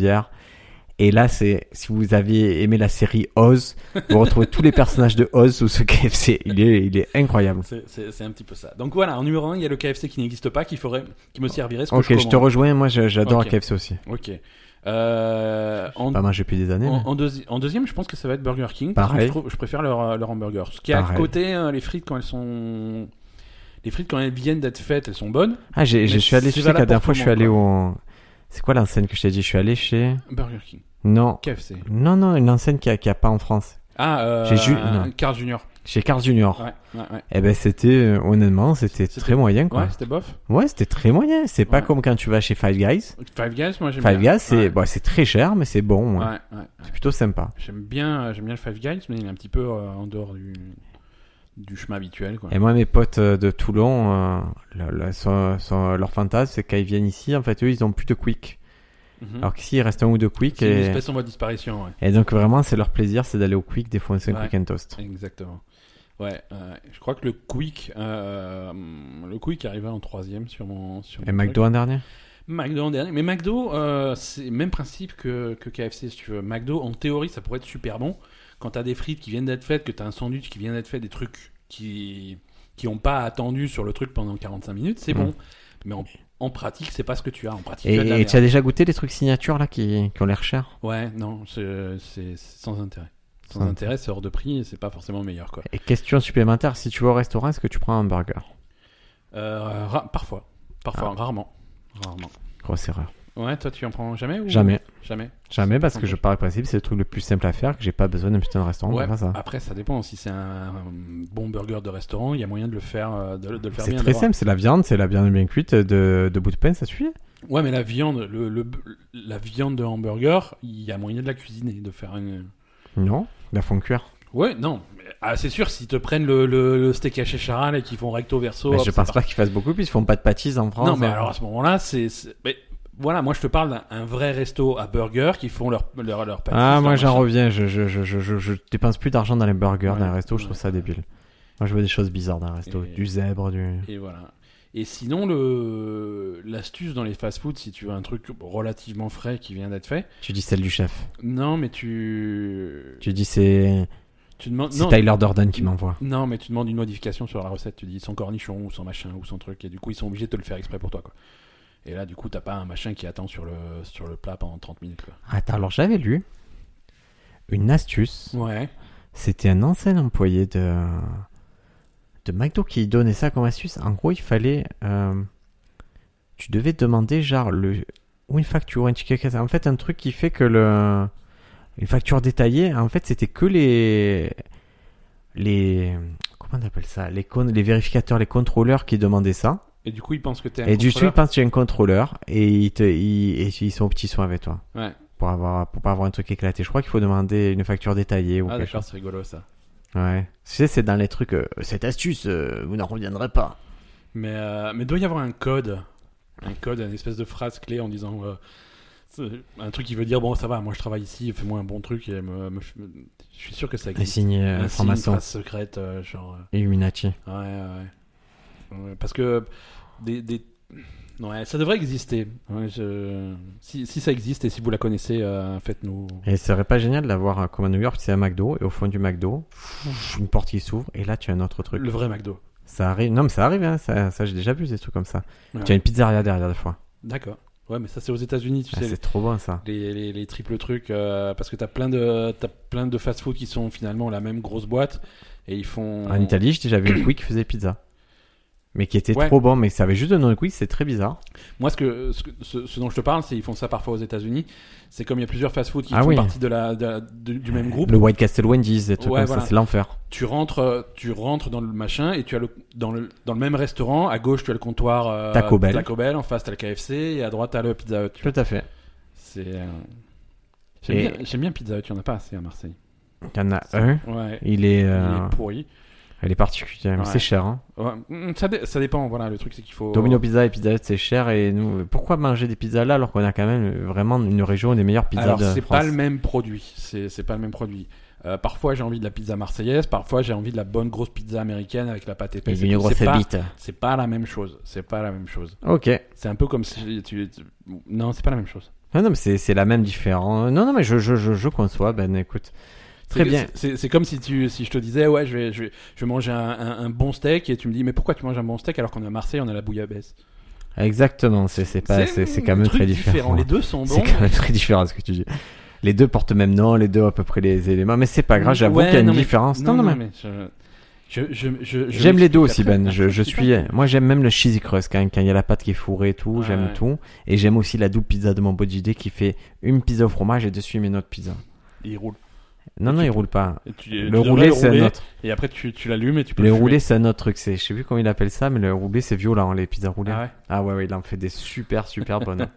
[SPEAKER 1] Et là, c'est si vous avez aimé la série Oz, vous retrouvez tous les personnages de Oz sous ce KFC. Il est, il est incroyable.
[SPEAKER 2] c'est c'est- c'est un petit peu ça donc voilà en numéro 1 il y a le KFC qui n'existe pas qui ferait qui me servirait ce que
[SPEAKER 1] Ok, je,
[SPEAKER 2] je
[SPEAKER 1] te
[SPEAKER 2] commande.
[SPEAKER 1] rejoins. Moi, je- j'adore
[SPEAKER 2] Ok.
[SPEAKER 1] KFC aussi.
[SPEAKER 2] ok Euh, en,
[SPEAKER 1] Pas mal depuis des années.
[SPEAKER 2] en,
[SPEAKER 1] mais-
[SPEAKER 2] en deuxi- en deuxième, je pense que ça va être Burger King. parce que
[SPEAKER 1] Pareil.
[SPEAKER 2] Je, trouve- je préfère leur, euh, leur hamburger. Ce qui est à
[SPEAKER 1] Pareil.
[SPEAKER 2] côté, euh, les frites quand elles sont, les frites quand elles viennent d'être faites, elles sont bonnes.
[SPEAKER 1] Ah, j'ai-
[SPEAKER 2] Mais
[SPEAKER 1] je suis allé.
[SPEAKER 2] c'est
[SPEAKER 1] Je sais que la
[SPEAKER 2] valable
[SPEAKER 1] dernière
[SPEAKER 2] pour
[SPEAKER 1] fois,
[SPEAKER 2] tout
[SPEAKER 1] je
[SPEAKER 2] le
[SPEAKER 1] suis
[SPEAKER 2] monde,
[SPEAKER 1] allé au. C'est quoi l'enseigne que je t'ai dit Je suis allé chez
[SPEAKER 2] Burger King.
[SPEAKER 1] Non.
[SPEAKER 2] KFC.
[SPEAKER 1] Non, non, une enseigne qu'il n'y a, qu'il y a pas en France.
[SPEAKER 2] Ah, euh,
[SPEAKER 1] J'ai ju- non.
[SPEAKER 2] Carl Junior.
[SPEAKER 1] Chez Carl Junior.
[SPEAKER 2] Ouais, ouais, ouais.
[SPEAKER 1] Eh ben, c'était, euh, honnêtement, c'était
[SPEAKER 2] C'était-
[SPEAKER 1] très moyen, quoi.
[SPEAKER 2] Ouais, c'était bof.
[SPEAKER 1] Ouais, c'était très moyen. C'est pas
[SPEAKER 2] Ouais.
[SPEAKER 1] comme quand tu vas chez Five Guys.
[SPEAKER 2] Five Guys, moi j'aime bien.
[SPEAKER 1] Five Guys, c'est,
[SPEAKER 2] Ouais.
[SPEAKER 1] bah, c'est très cher, mais c'est bon. ouais.
[SPEAKER 2] Ouais, ouais.
[SPEAKER 1] C'est plutôt sympa.
[SPEAKER 2] J'aime bien, euh, j'aime bien le Five Guys, mais il est un petit peu euh, en dehors du, du chemin habituel. Quoi.
[SPEAKER 1] Et moi, mes potes euh, de Toulon, euh, le- le- son- son- leur fantasme, c'est quand ils viennent ici, en fait, eux, ils ont plus de quick.
[SPEAKER 2] Mhm.
[SPEAKER 1] Alors qu'ici, il reste un ou deux quick.
[SPEAKER 2] c'est une
[SPEAKER 1] Et,
[SPEAKER 2] espèce en voie de disparition. ouais.
[SPEAKER 1] et donc, vraiment, c'est leur plaisir, c'est d'aller au quick, défoncer un
[SPEAKER 2] Ouais.
[SPEAKER 1] quick and toast.
[SPEAKER 2] Exactement. Ouais, euh, je crois que le Quick, euh, le Quick arrivait en troisième sur mon sur
[SPEAKER 1] Et
[SPEAKER 2] mon truc.
[SPEAKER 1] McDo en dernier
[SPEAKER 2] McDo en dernier. Mais McDo, euh, c'est le même principe que, que KFC, si tu veux. McDo, en théorie, ça pourrait être super bon. Quand t'as des frites qui viennent d'être faites, que t'as un sandwich qui vient d'être fait, des trucs qui qui ont pas attendu sur le truc pendant 45 minutes, c'est
[SPEAKER 1] Mm.
[SPEAKER 2] bon. Mais en, en pratique, c'est pas ce que tu as. En pratique, tu as de la
[SPEAKER 1] Et et tu as
[SPEAKER 2] merde.
[SPEAKER 1] déjà goûté les trucs signatures, là, qui, qui ont l'air chers
[SPEAKER 2] Ouais, non, c'est c'est- c'est sans intérêt. Sans
[SPEAKER 1] Sans-
[SPEAKER 2] intérêt, c'est hors de prix et c'est pas forcément meilleur, quoi.
[SPEAKER 1] Et question supplémentaire, si tu vas au restaurant, est-ce que tu prends un burger
[SPEAKER 2] Euh, ra- parfois. Parfois,
[SPEAKER 1] Ah.
[SPEAKER 2] rarement. Rarement.
[SPEAKER 1] Grosse erreur.
[SPEAKER 2] Ouais, toi, tu en prends jamais ou...
[SPEAKER 1] Jamais.
[SPEAKER 2] Jamais.
[SPEAKER 1] Jamais, parce
[SPEAKER 2] sans
[SPEAKER 1] que je
[SPEAKER 2] doute.
[SPEAKER 1] parle principe, c'est le truc le plus simple à faire, que j'ai pas besoin d'un putain de restaurant
[SPEAKER 2] Ouais,
[SPEAKER 1] pour faire ça.
[SPEAKER 2] Après, ça dépend. Si c'est un, un bon burger de restaurant, il y a moyen de le faire, euh, de, le- de le faire
[SPEAKER 1] C'est
[SPEAKER 2] bien.
[SPEAKER 1] très
[SPEAKER 2] d'avoir-
[SPEAKER 1] simple, c'est la viande, c'est la viande bien cuite, de, de bout de pain, ça suffit.
[SPEAKER 2] Ouais, mais la viande, le, le- la viande de hamburger, il y a moyen de la cuisiner, de faire une.
[SPEAKER 1] Non, la font cuire.
[SPEAKER 2] Ouais, non. mais- Ah, c'est sûr, s'ils te prennent le, le, le steak haché charal et qu'ils font recto verso.
[SPEAKER 1] Mais
[SPEAKER 2] hop,
[SPEAKER 1] je
[SPEAKER 2] c'est
[SPEAKER 1] pense
[SPEAKER 2] parti.
[SPEAKER 1] pas qu'ils fassent beaucoup, puisqu'ils font pas de pâtisses en France.
[SPEAKER 2] Non, mais
[SPEAKER 1] hein.
[SPEAKER 2] alors à ce moment-là, c'est. c'est- mais Voilà, moi je te parle d'un un vrai resto à burger qui font leur leur leur pâtisses,
[SPEAKER 1] Ah,
[SPEAKER 2] leur
[SPEAKER 1] moi j'en
[SPEAKER 2] machin.
[SPEAKER 1] reviens, je, je, je, je, je, je dépense plus d'argent dans les burgers,
[SPEAKER 2] Ouais,
[SPEAKER 1] dans les restos, je
[SPEAKER 2] ouais.
[SPEAKER 1] trouve ça débile. Moi je veux des choses bizarres dans les restos,
[SPEAKER 2] Et-
[SPEAKER 1] du zèbre, du.
[SPEAKER 2] Et voilà. Et sinon, le l'astuce dans les fast-foods, si tu veux un truc relativement frais qui vient d'être fait,
[SPEAKER 1] Tu dis celle du chef.
[SPEAKER 2] non, mais tu
[SPEAKER 1] Tu dis c'est
[SPEAKER 2] tu demandes
[SPEAKER 1] c'est
[SPEAKER 2] non,
[SPEAKER 1] Tyler Durden qui m'envoie.
[SPEAKER 2] non, mais tu demandes une modification sur la recette. Tu dis sans cornichon ou sans machin ou sans truc, et du coup ils sont obligés de te le faire exprès pour toi, quoi. Et là, du coup, t'as pas un machin qui attend sur le sur le plat pendant 30 minutes, quoi.
[SPEAKER 1] Attends, alors j'avais lu une astuce.
[SPEAKER 2] Ouais.
[SPEAKER 1] C'était un ancien employé de de McDo qui donnait ça comme astuce. En gros, il fallait, euh, tu devais demander genre le ou une facture, ou un ticket caisse. En fait, un truc qui fait que le une facture détaillée. En fait, c'était que les les comment on appelle ça les con- les vérificateurs, les contrôleurs qui demandaient ça.
[SPEAKER 2] Et du coup, ils pensent que t'es un
[SPEAKER 1] Et du coup, ils
[SPEAKER 2] contrôleur.
[SPEAKER 1] pensent que tu es un contrôleur et ils te ils, et ils sont au petit soin avec toi.
[SPEAKER 2] Ouais.
[SPEAKER 1] Pour avoir pour pas avoir un truc éclaté. Je crois qu'il faut demander une facture détaillée ou
[SPEAKER 2] Ah
[SPEAKER 1] quelque chose.
[SPEAKER 2] d'accord, c'est rigolo ça.
[SPEAKER 1] Ouais. Tu sais, c'est dans les trucs. euh, cette astuce, euh, vous n'en reviendrez pas.
[SPEAKER 2] Mais, euh, mais doit y avoir un code, un code, une espèce de phrase clé en disant euh, c'est un truc qui veut dire bon ça va, moi je travaille ici, fais-moi un bon truc et me- me- je suis sûr que ça
[SPEAKER 1] Et
[SPEAKER 2] existe.
[SPEAKER 1] signé
[SPEAKER 2] Un
[SPEAKER 1] euh,
[SPEAKER 2] signe,
[SPEAKER 1] formation
[SPEAKER 2] une phrase secrète, euh, genre
[SPEAKER 1] Illuminati.
[SPEAKER 2] euh, ouais, ouais, ouais. Ouais, Parce que des, des- ouais, ça devrait exister. Ouais, je- si, si ça existe et si vous la connaissez, euh, faites-nous.
[SPEAKER 1] Et ce serait pas génial d'avoir, euh, comme à New York, c'est un McDo, et au fond du McDo, pff, une porte qui s'ouvre, et là, tu as un autre truc.
[SPEAKER 2] Le vrai McDo.
[SPEAKER 1] Ça arrive. Non, mais ça arrive, hein, ça, ça, j'ai déjà vu des trucs comme ça.
[SPEAKER 2] Ouais.
[SPEAKER 1] Tu as une pizzeria derrière, des fois.
[SPEAKER 2] D'accord. Ouais, mais ça c'est aux États-Unis, tu
[SPEAKER 1] Ah,
[SPEAKER 2] sais.
[SPEAKER 1] c'est trop bon, ça.
[SPEAKER 2] les, les, les triples trucs euh, parce que t'as plein de t'as plein de fast food qui sont finalement la même grosse boîte et ils font
[SPEAKER 1] En Italie, j'ai déjà vu une quick qui faisait pizza. Mais qui était
[SPEAKER 2] Ouais.
[SPEAKER 1] trop bon, mais ça avait juste le nom de quick, c'est très bizarre.
[SPEAKER 2] moi ce que ce, que- ce- ce dont je te parle c'est ils font ça parfois aux États-Unis c'est comme il y a plusieurs fast food qui
[SPEAKER 1] Ah
[SPEAKER 2] font
[SPEAKER 1] oui.
[SPEAKER 2] partie de la, de la- de- du même groupe
[SPEAKER 1] Le White Castle Wendy's, des trucs
[SPEAKER 2] Ouais,
[SPEAKER 1] comme
[SPEAKER 2] voilà.
[SPEAKER 1] ça, c'est l'enfer.
[SPEAKER 2] tu rentres euh, tu rentres dans le machin et tu as le dans le dans le même restaurant à gauche tu as le comptoir euh,
[SPEAKER 1] Taco Bell.
[SPEAKER 2] en face t'as le KFC et à droite t'as le Pizza Hut tu vois.
[SPEAKER 1] Tout à fait.
[SPEAKER 2] c'est euh, j'aime
[SPEAKER 1] Et-
[SPEAKER 2] bien, j'aime bien Pizza Hut il y en a pas assez à Marseille
[SPEAKER 1] Il y en a un,
[SPEAKER 2] ouais
[SPEAKER 1] il est, euh,
[SPEAKER 2] il est pourri
[SPEAKER 1] elle est particulière, mais
[SPEAKER 2] Ouais.
[SPEAKER 1] c'est cher, hein.
[SPEAKER 2] Ouais, mm, ça, dé- ça dépend voilà le truc c'est qu'il faut euh,
[SPEAKER 1] Domino Pizza et Pizza Hut, c'est cher. Et nous, euh, pourquoi manger des pizzas là alors qu'on a quand même euh, vraiment une région des meilleures pizzas
[SPEAKER 2] Alors,
[SPEAKER 1] de
[SPEAKER 2] c'est
[SPEAKER 1] France
[SPEAKER 2] pas le même produit. C'est c'est pas le même produit. Euh, parfois, j'ai envie de la pizza marseillaise. Parfois, j'ai envie de la bonne grosse pizza américaine avec la pâte épaisse.
[SPEAKER 1] Et
[SPEAKER 2] et
[SPEAKER 1] une
[SPEAKER 2] tout.
[SPEAKER 1] grosse
[SPEAKER 2] C'est pas,
[SPEAKER 1] bite.
[SPEAKER 2] c'est pas la même chose. C'est pas la même chose.
[SPEAKER 1] Ok.
[SPEAKER 2] C'est un peu comme si tu. tu- Non, c'est pas la même chose.
[SPEAKER 1] Non, non, mais c'est c'est la même différence. Non, non, mais je, je, je, je conçois. Ben écoute, très
[SPEAKER 2] C'est-
[SPEAKER 1] bien.
[SPEAKER 2] C'est c'est comme si tu, si je te disais, ouais, je vais, je vais, je vais manger un, un- un bon steak et tu me dis, mais pourquoi tu manges un bon steak alors qu'on est à Marseille, on a la bouillabaisse.
[SPEAKER 1] Exactement. C'est Bah, c'est pas c'est c'est quand
[SPEAKER 2] un
[SPEAKER 1] même
[SPEAKER 2] truc
[SPEAKER 1] très différent. <laughs>
[SPEAKER 2] Les deux sont bons.
[SPEAKER 1] C'est quand même très différent ce que tu dis. Les deux portent le même nom, les deux ont à peu près les éléments, mais c'est pas grave. J'avoue
[SPEAKER 2] Ouais,
[SPEAKER 1] qu'il y a une
[SPEAKER 2] non, mais-
[SPEAKER 1] différence. Non, non, mais
[SPEAKER 2] mais je, Je- je- je- je
[SPEAKER 1] J'aime les deux aussi,
[SPEAKER 2] m'explique après.
[SPEAKER 1] Ben. Je,
[SPEAKER 2] <laughs>
[SPEAKER 1] je suis, moi, j'aime même le cheesy crust quand quand il y a la pâte qui est fourrée et tout.
[SPEAKER 2] Ouais,
[SPEAKER 1] j'aime
[SPEAKER 2] Ah ouais.
[SPEAKER 1] tout. Et j'aime aussi la double pizza de mon body day qui fait une pizza au fromage et dessus une autre pizza.
[SPEAKER 2] Il roule.
[SPEAKER 1] Non, non,
[SPEAKER 2] tu
[SPEAKER 1] il
[SPEAKER 2] peux-
[SPEAKER 1] roule pas.
[SPEAKER 2] Et tu- tu
[SPEAKER 1] Le
[SPEAKER 2] devrais
[SPEAKER 1] roulé, c'est un
[SPEAKER 2] rouler,
[SPEAKER 1] autre.
[SPEAKER 2] Et après, tu, tu l'allumes et tu peux
[SPEAKER 1] Le
[SPEAKER 2] fumer.
[SPEAKER 1] roulé, c'est un autre truc. C'est, je sais plus comment il appelle ça, mais le roulé, c'est violent, les pizzas roulées.
[SPEAKER 2] Ah
[SPEAKER 1] Ah
[SPEAKER 2] ouais,
[SPEAKER 1] ouais, ouais, il en fait des super, super
[SPEAKER 2] <laughs>
[SPEAKER 1] bonnes.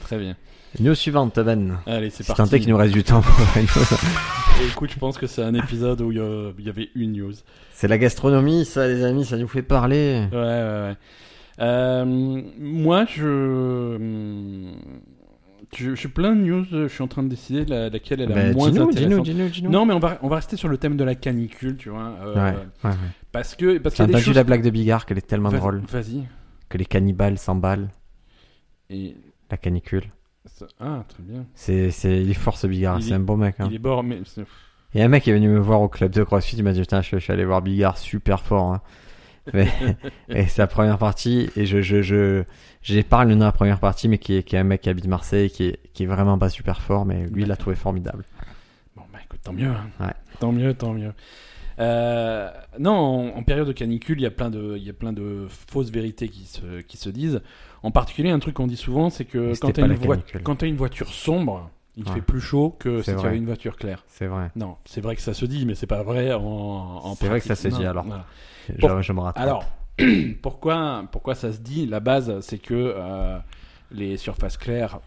[SPEAKER 2] très bien.
[SPEAKER 1] News suivante, Ben.
[SPEAKER 2] Allez, c'est
[SPEAKER 1] Si
[SPEAKER 2] parti.
[SPEAKER 1] tant est qu'il nous reste du temps pour la news.
[SPEAKER 2] Et écoute, je pense que c'est un épisode où il y a- il y avait une news.
[SPEAKER 1] C'est la gastronomie, ça, les amis, ça nous fait parler.
[SPEAKER 2] Ouais, ouais, ouais. Euh, moi, je... hmm, je. je suis plein de news. Je suis en train de décider la- laquelle est la
[SPEAKER 1] Ben,
[SPEAKER 2] moins
[SPEAKER 1] dis-nous, dis-nous,
[SPEAKER 2] intéressante.
[SPEAKER 1] dis-nous, dis-nous.
[SPEAKER 2] Non, mais on va, on va rester sur le thème de la canicule, tu vois. euh,
[SPEAKER 1] Ouais, ouais, ouais.
[SPEAKER 2] Parce que. Parce
[SPEAKER 1] T'as
[SPEAKER 2] qu'il y a des
[SPEAKER 1] entendu
[SPEAKER 2] choses...
[SPEAKER 1] la blague de Bigard qu'elle est tellement
[SPEAKER 2] Vas-
[SPEAKER 1] drôle
[SPEAKER 2] Vas-y.
[SPEAKER 1] que les cannibales s'emballent,
[SPEAKER 2] Et...
[SPEAKER 1] la canicule.
[SPEAKER 2] ça- Ah, très bien.
[SPEAKER 1] C'est, c'est, il est fort ce Bigard,
[SPEAKER 2] Il
[SPEAKER 1] c'est
[SPEAKER 2] est-
[SPEAKER 1] un bon mec. Hein.
[SPEAKER 2] Il est mort, mais. c'est-
[SPEAKER 1] Il y a un mec qui est venu me voir au club de CrossFit, il m'a dit putain, je, je suis allé voir Bigard super fort.
[SPEAKER 2] <laughs>
[SPEAKER 1] Hein. Mais, et c'est la première partie, et je, je, je, j'épargne le nom de la première partie, mais qui est, qui est un mec qui habite Marseille, qui est, qui est vraiment pas super fort, mais lui, il l'a trouvé formidable.
[SPEAKER 2] Bon, bah écoute, tant mieux. hein.
[SPEAKER 1] Ouais.
[SPEAKER 2] Tant mieux, tant mieux. Euh, non, en, en période de canicule, il y a plein de, il y a plein de fausses vérités qui se, qui se disent. En particulier, un truc qu'on dit souvent, c'est
[SPEAKER 1] Mais
[SPEAKER 2] que
[SPEAKER 1] c'était
[SPEAKER 2] quand t'as
[SPEAKER 1] pas
[SPEAKER 2] une,
[SPEAKER 1] la
[SPEAKER 2] voi-
[SPEAKER 1] canicule.
[SPEAKER 2] quand t'as une voiture sombre, il
[SPEAKER 1] Ouais.
[SPEAKER 2] fait plus chaud que
[SPEAKER 1] C'est
[SPEAKER 2] si tu
[SPEAKER 1] vrai.
[SPEAKER 2] avais une voiture claire.
[SPEAKER 1] C'est vrai.
[SPEAKER 2] Non, c'est vrai que ça se dit, mais c'est pas vrai en, en
[SPEAKER 1] C'est vrai que
[SPEAKER 2] pratique.
[SPEAKER 1] ça se dit,
[SPEAKER 2] Non,
[SPEAKER 1] alors.
[SPEAKER 2] voilà.
[SPEAKER 1] Je,
[SPEAKER 2] Pour-
[SPEAKER 1] je me rattrape.
[SPEAKER 2] Alors, <clears throat> pourquoi, pourquoi ça se dit La base, c'est que euh, les surfaces claires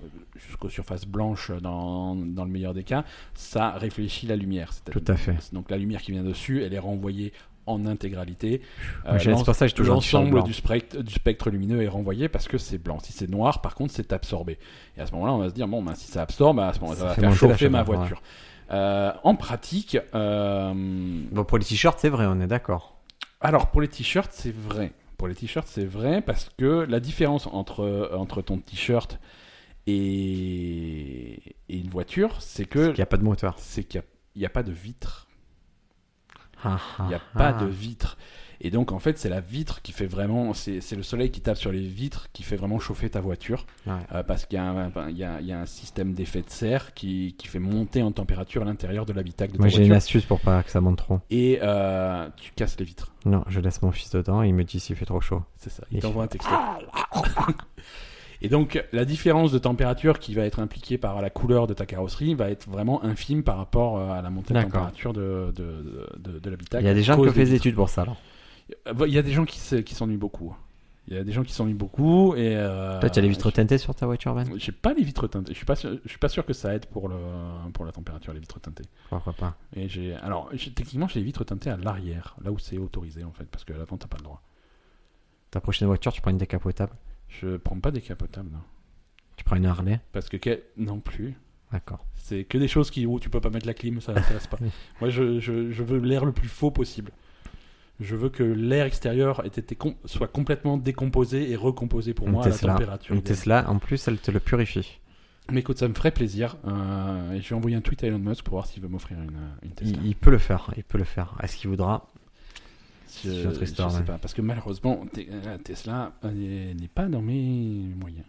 [SPEAKER 2] jusqu'aux surfaces blanches, dans, dans le meilleur des cas, ça réfléchit la lumière. C'est-
[SPEAKER 1] Tout à fait.
[SPEAKER 2] Donc la lumière qui vient dessus, elle est renvoyée en intégralité. Euh,
[SPEAKER 1] Moi, j'ai-
[SPEAKER 2] l'en-
[SPEAKER 1] c'est pour ça que j'ai toujours dit sur le
[SPEAKER 2] L'ensemble
[SPEAKER 1] blanc.
[SPEAKER 2] du spectre, du spectre lumineux est renvoyé parce que c'est blanc. Si c'est noir, par contre, c'est absorbé. Et à ce moment-là, on va se dire bon, ben, si ça absorbe, à ce moment-là,
[SPEAKER 1] Ça
[SPEAKER 2] ça, va
[SPEAKER 1] fait
[SPEAKER 2] faire
[SPEAKER 1] monter la
[SPEAKER 2] chauffer ma
[SPEAKER 1] chaleur, ouais.
[SPEAKER 2] voiture. Euh, en pratique, euh,
[SPEAKER 1] Bon, pour les t-shirts, c'est vrai, on est d'accord.
[SPEAKER 2] alors pour les t-shirts, c'est vrai. Pour les t-shirts, c'est vrai parce que la différence entre, entre ton t-shirt et, et une voiture, c'est
[SPEAKER 1] Il
[SPEAKER 2] que
[SPEAKER 1] n'y a pas de moteur.
[SPEAKER 2] c'est qu'il n'y a, pas de vitre.
[SPEAKER 1] Ah,
[SPEAKER 2] Il n'y a
[SPEAKER 1] ah,
[SPEAKER 2] pas
[SPEAKER 1] ah.
[SPEAKER 2] de vitre. Et donc en fait, c'est la vitre qui fait vraiment, c'est c'est le soleil qui tape sur les vitres qui fait vraiment chauffer ta voiture
[SPEAKER 1] Ouais.
[SPEAKER 2] Euh, parce qu'il y, a un- il y a- il y a un système d'effet de serre qui, qui fait monter en température l'intérieur de l'habitacle de ta
[SPEAKER 1] Moi, j'ai une
[SPEAKER 2] voiture
[SPEAKER 1] astuce pour pas que ça monte trop.
[SPEAKER 2] et euh, tu casses les vitres.
[SPEAKER 1] Non, je laisse mon fils dedans et il me dit s'il fait trop chaud.
[SPEAKER 2] C'est ça, il
[SPEAKER 1] Et- Ah
[SPEAKER 2] t'envoie un texto. <laughs> Et donc, la différence de température qui va être impliquée par la couleur de ta carrosserie va être vraiment infime par rapport euh, à la montée de
[SPEAKER 1] D'accord.
[SPEAKER 2] température de, de, de, de l'habitacle.
[SPEAKER 1] Il y a des gens qui
[SPEAKER 2] Cause
[SPEAKER 1] ont fait des
[SPEAKER 2] vitres.
[SPEAKER 1] études pour ça, alors.
[SPEAKER 2] Euh, bah, Il y a des gens qui se- qui s'ennuient beaucoup. hein. Il y a des gens qui s'ennuient beaucoup et. euh,
[SPEAKER 1] Toi, tu as les vitres teintées sur ta voiture, Ben
[SPEAKER 2] J'ai pas les vitres teintées. Je suis pas sûr, je suis pas sûr que ça aide pour le pour la température les vitres teintées.
[SPEAKER 1] Pourquoi pas
[SPEAKER 2] Et j'ai alors j'ai- techniquement j'ai les vitres teintées à l'arrière, là où c'est autorisé en fait, parce que à l'avant t'as pas le droit.
[SPEAKER 1] Ta prochaine voiture, tu prends une décapotable
[SPEAKER 2] Je prends pas des capotables, non.
[SPEAKER 1] Tu prends une Harley
[SPEAKER 2] Parce que que- non plus.
[SPEAKER 1] D'accord.
[SPEAKER 2] C'est que des choses qui, où tu peux pas mettre la clim, ça m'intéresse pas. Moi, je, je- je veux l'air le plus faux possible. Je veux que l'air extérieur ait été com- soit complètement décomposé et recomposé pour
[SPEAKER 1] Une
[SPEAKER 2] moi
[SPEAKER 1] Tesla.
[SPEAKER 2] à la température.
[SPEAKER 1] Une
[SPEAKER 2] idéale.
[SPEAKER 1] Tesla, en plus, elle te le purifie.
[SPEAKER 2] Mais écoute, ça me ferait plaisir. euh, et je vais envoyer un tweet à Elon Musk pour voir s'il veut m'offrir une, euh, une Tesla.
[SPEAKER 1] Il, il peut le faire, il peut le faire. Est-ce qu'il voudra
[SPEAKER 2] Je,
[SPEAKER 1] c'est une autre histoire,
[SPEAKER 2] je sais
[SPEAKER 1] ouais.
[SPEAKER 2] pas, parce que malheureusement, Te- la Tesla elle n'est n'est pas dans mes moyens.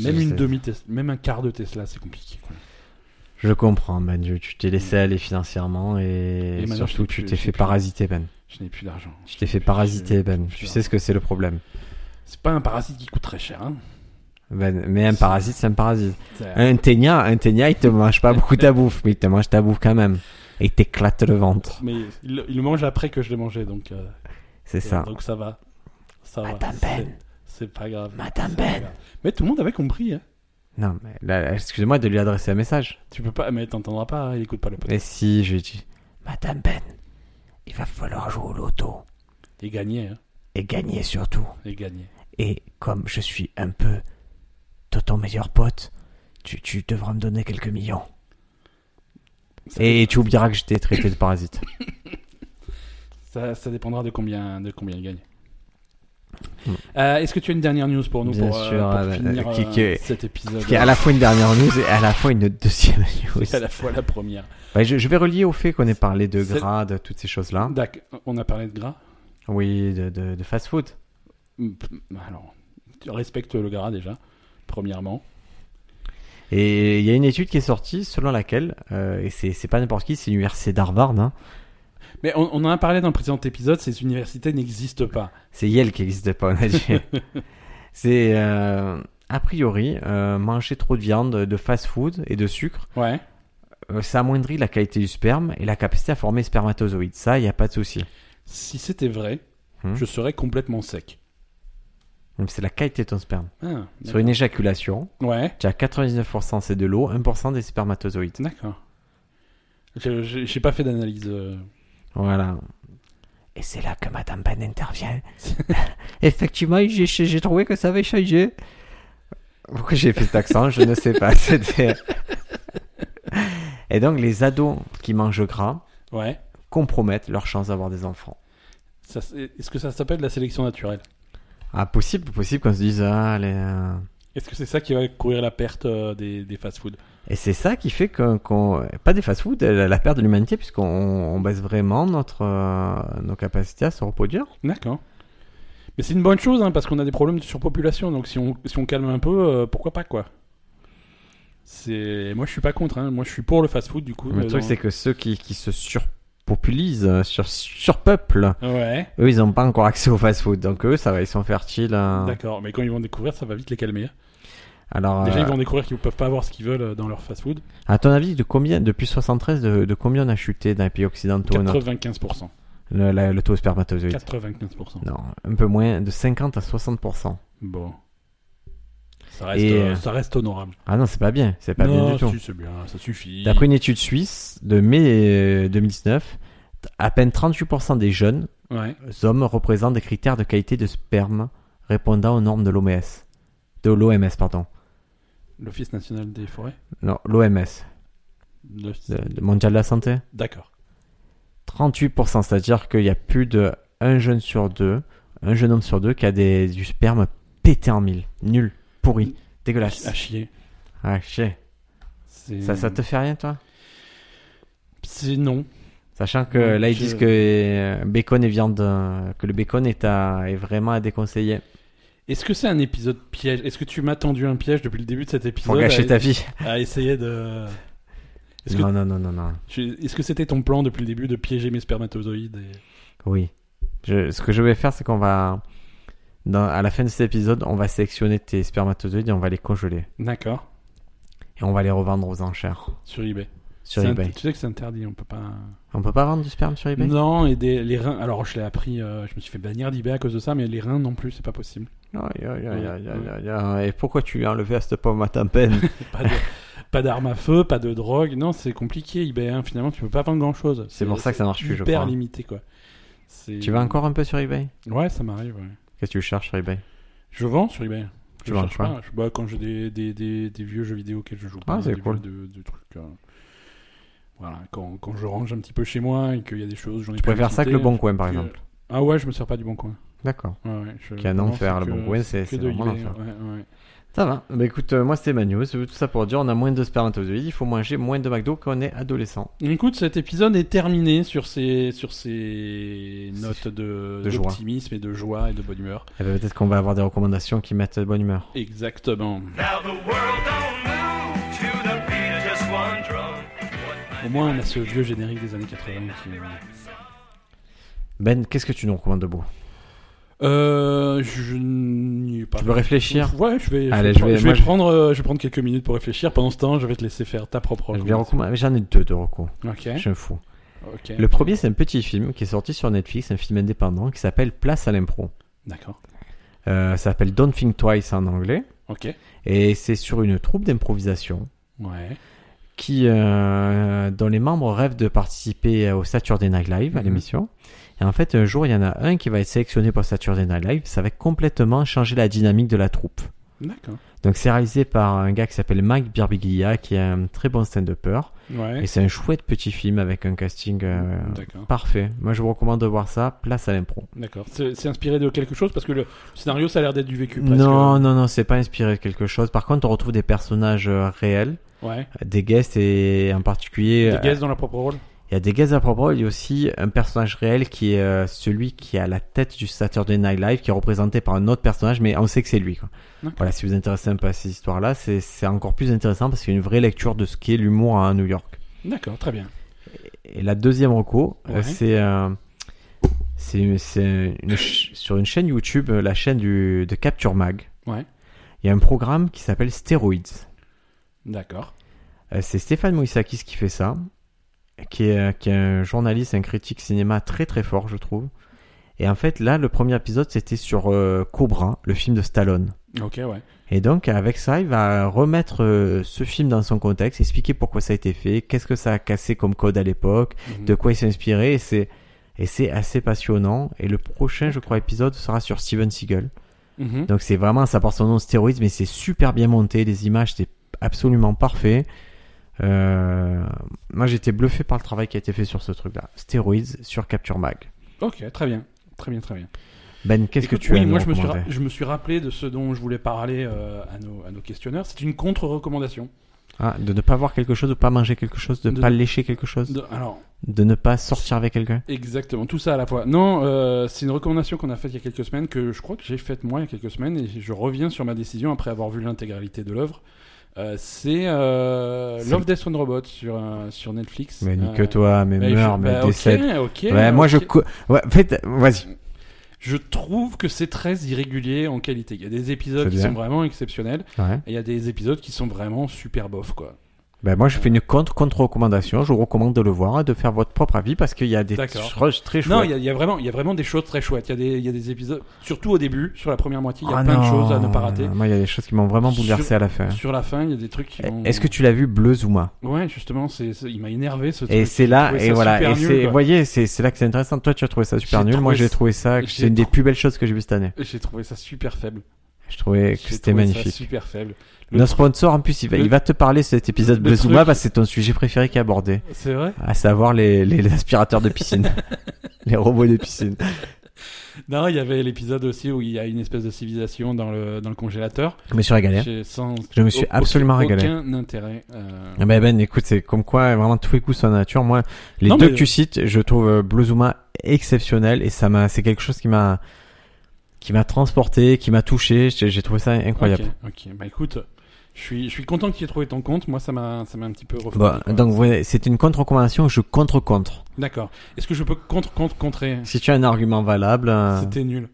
[SPEAKER 2] Même
[SPEAKER 1] Je
[SPEAKER 2] une
[SPEAKER 1] sais.
[SPEAKER 2] demi même un quart de Tesla, c'est compliqué. quoi.
[SPEAKER 1] Je comprends, Ben. Tu tu t'es laissé aller financièrement et,
[SPEAKER 2] Mm. Et maintenant, je
[SPEAKER 1] surtout,
[SPEAKER 2] sais
[SPEAKER 1] tu
[SPEAKER 2] plus-
[SPEAKER 1] t'es
[SPEAKER 2] je sais
[SPEAKER 1] fait
[SPEAKER 2] plus.
[SPEAKER 1] parasiter, Ben.
[SPEAKER 2] Je n'ai plus d'argent.
[SPEAKER 1] Tu t'es fait
[SPEAKER 2] Je-
[SPEAKER 1] parasiter, Ben.
[SPEAKER 2] je-
[SPEAKER 1] Tu sais ce que c'est le problème.
[SPEAKER 2] C'est pas un parasite qui coûte très cher. Hein.
[SPEAKER 1] Ben, mais un
[SPEAKER 2] C'est- Ah.
[SPEAKER 1] parasite, c'est un parasite.
[SPEAKER 2] C'est-
[SPEAKER 1] Un ténia, un ténia, il te mange pas beaucoup ta bouffe, mais il te mange ta bouffe quand même. Et il t'éclate le ventre.
[SPEAKER 2] Mais il, il mange après que je l'ai mangé, donc, euh,
[SPEAKER 1] C'est ça.
[SPEAKER 2] donc ça va. Ça va.
[SPEAKER 1] Madame
[SPEAKER 2] C'est-
[SPEAKER 1] Ben.
[SPEAKER 2] C'est pas grave.
[SPEAKER 1] Madame
[SPEAKER 2] C'est pas
[SPEAKER 1] Ben.
[SPEAKER 2] grave. Mais tout le monde avait compris. Hein.
[SPEAKER 1] Non, mais là, excusez-moi de lui adresser un message.
[SPEAKER 2] Tu peux pas, mais t'entendras pas, hein, il écoute pas le podcast.
[SPEAKER 1] Mais si, je lui dis, Madame Ben, il va falloir jouer au loto
[SPEAKER 2] Et gagner, hein.
[SPEAKER 1] et gagner surtout.
[SPEAKER 2] Et gagner.
[SPEAKER 1] Et comme je suis un peu de ton meilleur pote, tu, tu devras me donner quelques millions.
[SPEAKER 2] Ça,
[SPEAKER 1] Et tu oublieras que je t'ai traité de parasite.
[SPEAKER 2] ça, ça dépendra de combien, de combien il gagne.
[SPEAKER 1] Mm.
[SPEAKER 2] Euh, Est-ce que tu as une dernière news pour nous
[SPEAKER 1] Bien
[SPEAKER 2] pour, euh,
[SPEAKER 1] sûr,
[SPEAKER 2] pour
[SPEAKER 1] euh,
[SPEAKER 2] finir
[SPEAKER 1] euh, qui-
[SPEAKER 2] euh,
[SPEAKER 1] qui est-
[SPEAKER 2] cet épisode
[SPEAKER 1] Qui est à
[SPEAKER 2] <laughs>
[SPEAKER 1] la fois une dernière news et à la fois une deuxième <laughs> news.
[SPEAKER 2] C'est à la fois la première.
[SPEAKER 1] Bah, je, je vais relier au fait qu'on ait parlé de
[SPEAKER 2] C'est-
[SPEAKER 1] gras, de toutes ces choses-là.
[SPEAKER 2] Dac, on a parlé de gras.
[SPEAKER 1] Oui, de, de, de fast-food.
[SPEAKER 2] Mm, Alors, tu respectes le gras déjà, premièrement.
[SPEAKER 1] Et il y a une étude qui est sortie selon laquelle, euh, et c'est c'est pas n'importe qui, c'est l'université d'Harvard, hein,
[SPEAKER 2] Mais on, on en a parlé dans le précédent épisode, ces universités n'existent pas.
[SPEAKER 1] C'est Yale qui n'existe pas, on a dit. c'est euh, a priori euh, manger trop de viande, de fast-food et de sucre,
[SPEAKER 2] Ouais.
[SPEAKER 1] euh, ça amoindrit la qualité du sperme et la capacité à former spermatozoïdes. Ça, il n'y a pas de souci.
[SPEAKER 2] Si c'était vrai,
[SPEAKER 1] Hmm.
[SPEAKER 2] je serais complètement sec.
[SPEAKER 1] Donc, C'est la qualité de ton sperme.
[SPEAKER 2] Ah,
[SPEAKER 1] Sur une éjaculation,
[SPEAKER 2] d'accord. Ouais,
[SPEAKER 1] tu as 99% c'est de l'eau, 1% des spermatozoïdes.
[SPEAKER 2] d'accord. Je- je- J'ai pas fait d'analyse. euh.
[SPEAKER 1] Voilà. Et c'est là que Madame Ben intervient. Effectivement, j'ai- j'ai j'ai trouvé que ça avait changé. Pourquoi j'ai fait cet accent Je ne sais pas. <laughs> C'était. Et donc, les ados qui mangent gras
[SPEAKER 2] Ouais.
[SPEAKER 1] compromettent leur chance d'avoir des enfants.
[SPEAKER 2] Ça, c'est- Est-ce que ça s'appelle la sélection naturelle
[SPEAKER 1] Ah, possible, possible qu'on se dise ah les. euh,
[SPEAKER 2] Est-ce que c'est ça qui va courir la perte euh, des, des fast-food
[SPEAKER 1] Et c'est ça qui fait qu'on, qu'on- pas des fast-food, la, la perte de l'humanité, puisqu'on on baisse vraiment notre euh, nos capacités à se reproduire.
[SPEAKER 2] D'accord. Mais c'est une bonne chose, hein, parce qu'on a des problèmes de surpopulation, donc si on, si on calme un peu, euh, pourquoi pas, quoi C'est... Moi, je suis pas contre, hein. moi, je suis pour le fast-food, du coup.
[SPEAKER 1] Le
[SPEAKER 2] euh,
[SPEAKER 1] truc,
[SPEAKER 2] dans-
[SPEAKER 1] c'est que ceux qui, qui se surpopulisent, euh, sur surpeuplent,
[SPEAKER 2] Ouais,
[SPEAKER 1] eux, ils n'ont pas encore accès au fast-food. Donc eux, ça va, ils sont fertiles. hein.
[SPEAKER 2] d'accord, mais quand ils vont découvrir, ça va vite les calmer. hein.
[SPEAKER 1] Alors,
[SPEAKER 2] Déjà,
[SPEAKER 1] euh,
[SPEAKER 2] ils vont découvrir qu'ils peuvent pas avoir ce qu'ils veulent euh, dans leur fast-food.
[SPEAKER 1] à ton avis, de combien, depuis 73, de, de combien on a chuté dans les pays occidentaux notre-
[SPEAKER 2] 95%.
[SPEAKER 1] le, la- le taux de spermatozoïdes
[SPEAKER 2] 95%.
[SPEAKER 1] Non, un peu moins, de 50 à 60%.
[SPEAKER 2] Bon. Ça reste,
[SPEAKER 1] Et,
[SPEAKER 2] euh,
[SPEAKER 1] euh,
[SPEAKER 2] ça reste honorable.
[SPEAKER 1] Ah non, c'est pas bien, c'est pas
[SPEAKER 2] non,
[SPEAKER 1] bien du tout.
[SPEAKER 2] si, c'est bien, ça suffit.
[SPEAKER 1] D'après une étude suisse de mai euh, 2019, t- à peine 38% des jeunes
[SPEAKER 2] Ouais.
[SPEAKER 1] hommes représentent des critères de qualité de sperme répondant aux normes de l'OMS. De l'OMS, pardon.
[SPEAKER 2] L'Office national des forêts
[SPEAKER 1] Non, l'OMS,
[SPEAKER 2] Le-
[SPEAKER 1] le le Mondial de la Santé.
[SPEAKER 2] D'accord.
[SPEAKER 1] 38%, c'est-à-dire qu'il y a plus de un jeune sur deux, un jeune homme sur deux qui a des, du sperme pété en mille. Nul, pourri, dégueulasse.
[SPEAKER 2] À chier.
[SPEAKER 1] Ah, chier.
[SPEAKER 2] C'est-
[SPEAKER 1] Ça, ça te fait rien, toi
[SPEAKER 2] C'est non.
[SPEAKER 1] Sachant que
[SPEAKER 2] Non,
[SPEAKER 1] là, ils
[SPEAKER 2] je-
[SPEAKER 1] disent que euh, bacon et viande, euh, que le bacon est, à, est vraiment à déconseiller.
[SPEAKER 2] Est-ce que c'est un épisode piège Est-ce que tu m'as tendu un piège depuis le début de cet épisode
[SPEAKER 1] Pour gâcher
[SPEAKER 2] à,
[SPEAKER 1] ta vie.
[SPEAKER 2] à essayer de. ben, Est-ce que,
[SPEAKER 1] Non, non, non, non, non.
[SPEAKER 2] tu- est-ce que c'était ton plan depuis le début de piéger mes spermatozoïdes et-
[SPEAKER 1] Oui. Je- ce que je vais faire, c'est qu'on va. dans- à la fin de cet épisode, on va sélectionner tes spermatozoïdes et on va les congeler.
[SPEAKER 2] D'accord.
[SPEAKER 1] Et on va les revendre aux enchères
[SPEAKER 2] Sur eBay.
[SPEAKER 1] sur
[SPEAKER 2] C'est
[SPEAKER 1] eBay.
[SPEAKER 2] int- Tu sais que c'est interdit, on peut pas.
[SPEAKER 1] On peut pas vendre du sperme sur eBay
[SPEAKER 2] Non, et des, les reins. Alors, je l'ai appris, euh, je me suis fait bannir d'eBay à cause de ça, mais les reins non plus, c'est
[SPEAKER 1] <laughs>
[SPEAKER 2] pas possible.
[SPEAKER 1] Aïe, aïe,
[SPEAKER 2] Ouais.
[SPEAKER 1] aïe, aïe, aïe, aïe, aïe. Et pourquoi tu as enlevé à cette pomme à ta
[SPEAKER 2] <laughs>
[SPEAKER 1] peine
[SPEAKER 2] Pas de- pas d'armes à feu, pas de drogue. Non, c'est compliqué, eBay. hein. Finalement, tu peux pas vendre grand chose.
[SPEAKER 1] C'est pour ça que ça marche plus, je
[SPEAKER 2] Hyper
[SPEAKER 1] crois.
[SPEAKER 2] limité, quoi. C'est-
[SPEAKER 1] Tu vas encore un peu sur eBay
[SPEAKER 2] Ouais, ça m'arrive, ouais.
[SPEAKER 1] Qu'est-ce que tu cherches sur eBay
[SPEAKER 2] Je vends sur eBay.
[SPEAKER 1] Tu
[SPEAKER 2] je
[SPEAKER 1] vends
[SPEAKER 2] cherche
[SPEAKER 1] quoi
[SPEAKER 2] pas. Je- bah, quand j'ai des, des, des, des vieux jeux vidéo auxquels je joue pas,
[SPEAKER 1] Ah, c'est
[SPEAKER 2] des
[SPEAKER 1] cool.
[SPEAKER 2] vieux De, de trucs. euh, Voilà, quand, quand je range un petit peu chez moi et qu'il y a des choses, j'en ai
[SPEAKER 1] Tu préfères ça que le bon coin, par exemple
[SPEAKER 2] Ah ouais, je me sers pas du bon coin.
[SPEAKER 1] D'accord.
[SPEAKER 2] Ouais, ouais, je-
[SPEAKER 1] Qu'un
[SPEAKER 2] non,
[SPEAKER 1] enfer,
[SPEAKER 2] c'est
[SPEAKER 1] le
[SPEAKER 2] que-
[SPEAKER 1] Bon Coin, c'est-
[SPEAKER 2] que
[SPEAKER 1] c'est
[SPEAKER 2] de hein.
[SPEAKER 1] vraiment
[SPEAKER 2] eBay,
[SPEAKER 1] l'enfer.
[SPEAKER 2] ouais, ouais.
[SPEAKER 1] Ça va. Bah écoute, euh, moi c'est Manu. C'est tout ça pour dire on a moins de spermatozoïdes. Il faut manger moins de McDo quand on est adolescent.
[SPEAKER 2] Écoute, cet épisode est terminé sur ces, sur ces notes de,
[SPEAKER 1] De joie.
[SPEAKER 2] d'optimisme et de joie et de bonne humeur.
[SPEAKER 1] Et Eh ben, peut-être qu'on va avoir des recommandations qui mettent de bonne humeur.
[SPEAKER 2] Exactement.
[SPEAKER 3] Now the world don't move to the beat of just one drum. What
[SPEAKER 2] Au moins, on a ce vieux générique des années 80 qui est-
[SPEAKER 1] Ben, qu'est-ce que tu nous recommandes de beau
[SPEAKER 2] Euh, je n'y ai pas.
[SPEAKER 1] Tu veux réfléchir
[SPEAKER 2] Ouais, je vais,
[SPEAKER 1] Allez,
[SPEAKER 2] je
[SPEAKER 1] je
[SPEAKER 2] vais,
[SPEAKER 1] vais-
[SPEAKER 2] je
[SPEAKER 1] moi,
[SPEAKER 2] vais
[SPEAKER 1] je-
[SPEAKER 2] prendre, euh, je vais prendre quelques minutes pour réfléchir. Pendant ce temps, je vais te laisser faire ta propre.
[SPEAKER 1] Je vais
[SPEAKER 2] recommandation.
[SPEAKER 1] recommander- J'en ai deux de recours.
[SPEAKER 2] Ok.
[SPEAKER 1] Je suis un fou.
[SPEAKER 2] Ok.
[SPEAKER 1] Le premier, c'est un petit film qui est sorti sur Netflix, un film indépendant qui s'appelle Place à l'impro.
[SPEAKER 2] D'accord.
[SPEAKER 1] Euh, ça s'appelle Don't Think Twice en anglais.
[SPEAKER 2] Ok.
[SPEAKER 1] Et c'est sur une troupe d'improvisation
[SPEAKER 2] Ouais.
[SPEAKER 1] qui, euh, dont les membres rêvent de participer au Saturday Night Live, à
[SPEAKER 2] Mhm.
[SPEAKER 1] l'émission. Et en fait, un jour, il y en a un qui va être sélectionné pour Saturday Night Live. Ça va complètement changer la dynamique de la troupe.
[SPEAKER 2] D'accord.
[SPEAKER 1] Donc, c'est réalisé par un gars qui s'appelle Mike Birbiglia, qui est un très bon stand-upper.
[SPEAKER 2] Ouais.
[SPEAKER 1] Et c'est un chouette petit film avec un casting euh,
[SPEAKER 2] D'accord.
[SPEAKER 1] parfait. Moi, je vous recommande de voir ça. Place à l'impro.
[SPEAKER 2] D'accord. C'est c'est inspiré de quelque chose parce que le scénario, ça a l'air d'être du vécu. presque.
[SPEAKER 1] Non, non, non, c'est pas inspiré de quelque chose. Par contre, on retrouve des personnages euh, réels,
[SPEAKER 2] Ouais.
[SPEAKER 1] des guests et en particulier.
[SPEAKER 2] Des
[SPEAKER 1] euh,
[SPEAKER 2] guests dans leur propre rôle.
[SPEAKER 1] Il y a des guests à propos. Il y a aussi un personnage réel qui est euh, celui qui est à la tête du Saturday Night Live, qui est représenté par un autre personnage, mais on sait que c'est lui. Quoi.
[SPEAKER 2] D'accord.
[SPEAKER 1] Voilà, si vous intéressez un peu à ces histoires-là, c'est c'est encore plus intéressant parce qu'il y a une vraie lecture de ce qu'est l'humour à New York.
[SPEAKER 2] D'accord. Très bien.
[SPEAKER 1] Et la deuxième reco, euh,
[SPEAKER 2] Ouais.
[SPEAKER 1] c'est euh, c'est une- c'est une ch- sur une chaîne YouTube, euh, la chaîne du, de Capture Mag.
[SPEAKER 2] Ouais.
[SPEAKER 1] Il y a un programme qui s'appelle Steroids.
[SPEAKER 2] D'accord.
[SPEAKER 1] Euh, C'est Stéphane Moïsakis qui fait ça, qui est, euh, qui est un journaliste, un critique cinéma très très fort, je trouve. Et en fait, là, le premier épisode, c'était sur euh, Cobra, le film de Stallone.
[SPEAKER 2] Ok, ouais.
[SPEAKER 1] Et donc, avec ça, il va remettre euh, ce film dans son contexte, expliquer pourquoi ça a été fait, qu'est-ce que ça a cassé comme code à l'époque,
[SPEAKER 2] Mhm.
[SPEAKER 1] de quoi il s'est inspiré, et c'est, et c'est assez passionnant. Et le prochain, je crois, épisode sera sur Steven Seagal.
[SPEAKER 2] Mhm.
[SPEAKER 1] Donc c'est vraiment, ça porte son nom stéroïde, mais c'est super bien monté. Les images, c'est absolument parfait. Euh, moi, j'étais bluffé par le travail qui a été fait sur ce truc-là. Stéroïdes sur Capture Mag.
[SPEAKER 2] Ok, très bien. Très bien, très bien.
[SPEAKER 1] Ben, qu'est-ce que
[SPEAKER 2] Écoute,
[SPEAKER 1] tu
[SPEAKER 2] oui,
[SPEAKER 1] as à
[SPEAKER 2] moi
[SPEAKER 1] nous
[SPEAKER 2] je me, suis ra-
[SPEAKER 1] recommander
[SPEAKER 2] je me suis rappelé de ce dont je voulais parler euh, à, nos, à nos questionneurs. C'est une contre-recommandation.
[SPEAKER 1] Ah, De ne pas voir quelque chose, de pas manger quelque chose, de ne
[SPEAKER 2] De-
[SPEAKER 1] pas lécher quelque chose, de...
[SPEAKER 2] De- Alors,
[SPEAKER 1] ne pas sortir avec quelqu'un.
[SPEAKER 2] exactement, tout ça à la fois. Non, euh, c'est une recommandation qu'on a faite il y a quelques semaines, que je crois que j'ai faite moi il y a quelques semaines, et je reviens sur ma décision après avoir vu l'intégralité de l'œuvre. Euh, c'est euh,
[SPEAKER 1] C'est-
[SPEAKER 2] Love, Death and Robots sur, euh, sur Netflix.
[SPEAKER 1] Mais
[SPEAKER 2] Euh,
[SPEAKER 1] nique toi, mais
[SPEAKER 2] bah, je-
[SPEAKER 1] meurs, mais
[SPEAKER 2] bah, ok,
[SPEAKER 1] décède.
[SPEAKER 2] ok,
[SPEAKER 1] ouais, moi je.
[SPEAKER 2] ok.
[SPEAKER 1] co- Ouais, en fait, vas-y.
[SPEAKER 2] Je trouve que c'est très irrégulier en qualité. Il y a des épisodes
[SPEAKER 1] C'est
[SPEAKER 2] qui
[SPEAKER 1] bien.
[SPEAKER 2] sont vraiment exceptionnels
[SPEAKER 1] Ouais.
[SPEAKER 2] et il y a des épisodes qui sont vraiment super bof quoi.
[SPEAKER 1] Ben, moi je fais une contre contre recommandation. Je vous recommande de le voir, et de faire votre propre avis parce qu'il y a des
[SPEAKER 2] D'accord.
[SPEAKER 1] choses très chouettes.
[SPEAKER 2] Non, il y, a- il y a vraiment, il y a vraiment des choses très chouettes. Il y a des, il y a des épisodes, surtout au début, sur la première moitié, il y a
[SPEAKER 1] Ah
[SPEAKER 2] plein de
[SPEAKER 1] non.
[SPEAKER 2] choses à ne pas rater.
[SPEAKER 1] Moi, il y a des choses qui m'ont vraiment bouleversé
[SPEAKER 2] Sur-
[SPEAKER 1] à la fin.
[SPEAKER 2] Sur la fin, il y a des trucs. qui vont-
[SPEAKER 1] Eh, Est-ce que tu l'as vu bleu Zuma
[SPEAKER 2] Ouais, justement, c'est, c'est- il m'a énervé ce truc.
[SPEAKER 1] Et c'est là,
[SPEAKER 2] trouvé
[SPEAKER 1] et
[SPEAKER 2] ça
[SPEAKER 1] voilà,
[SPEAKER 2] super
[SPEAKER 1] et
[SPEAKER 2] nul,
[SPEAKER 1] c'est,
[SPEAKER 2] quoi.
[SPEAKER 1] vous voyez, c'est c'est là que c'est intéressant. Toi, tu as trouvé ça super
[SPEAKER 2] J'ai
[SPEAKER 1] nul. Moi,
[SPEAKER 2] trouvé
[SPEAKER 1] j'ai
[SPEAKER 2] ça-
[SPEAKER 1] trouvé ça, que
[SPEAKER 2] j'ai
[SPEAKER 1] c'est une des
[SPEAKER 2] trou-
[SPEAKER 1] plus belles choses que j'ai vues cette année.
[SPEAKER 2] J'ai trouvé ça super faible.
[SPEAKER 1] Je trouvais que
[SPEAKER 2] J'ai
[SPEAKER 1] c'était
[SPEAKER 2] trouvé ça
[SPEAKER 1] magnifique.
[SPEAKER 2] super faible. Le
[SPEAKER 1] Notre sponsor, en plus, il va,
[SPEAKER 2] le-
[SPEAKER 1] il va te parler cet épisode
[SPEAKER 2] le
[SPEAKER 1] bleu Zuma
[SPEAKER 2] truc-
[SPEAKER 1] parce que c'est ton sujet préféré qui est abordé,
[SPEAKER 2] C'est vrai.
[SPEAKER 1] à savoir les, les, les aspirateurs de
[SPEAKER 2] <laughs>
[SPEAKER 1] piscine, les robots de piscine.
[SPEAKER 2] Non, il y avait l'épisode aussi où il y a une espèce de civilisation dans le dans le congélateur.
[SPEAKER 1] Je me suis régalé.
[SPEAKER 2] J'ai- sans-
[SPEAKER 1] Je me suis
[SPEAKER 2] au-
[SPEAKER 1] absolument
[SPEAKER 2] aucun-
[SPEAKER 1] régalé.
[SPEAKER 2] Aucun intérêt. euh,
[SPEAKER 1] Ah Ben, ben, écoute, c'est comme quoi vraiment tous les coups sont nature. Moi, les
[SPEAKER 2] Non,
[SPEAKER 1] deux
[SPEAKER 2] mais-
[SPEAKER 1] que tu cites, je trouve euh, Blue Zuma exceptionnel et ça m'a, c'est quelque chose qui m'a, qui m'a transporté, qui m'a touché. J'ai j'ai trouvé ça incroyable.
[SPEAKER 2] Ok, ok. Bah écoute, je suis, je suis content que tu aies trouvé ton compte. Moi, ça m'a, ça m'a un petit peu refroidi.
[SPEAKER 1] Bon,
[SPEAKER 2] quoi.
[SPEAKER 1] Bah, donc voilà, c'est une contre-recommandation, je contre-contre.
[SPEAKER 2] D'accord. Est-ce que je peux contre, contre, contrer
[SPEAKER 1] Si tu as un argument valable, euh,
[SPEAKER 2] C'était nul.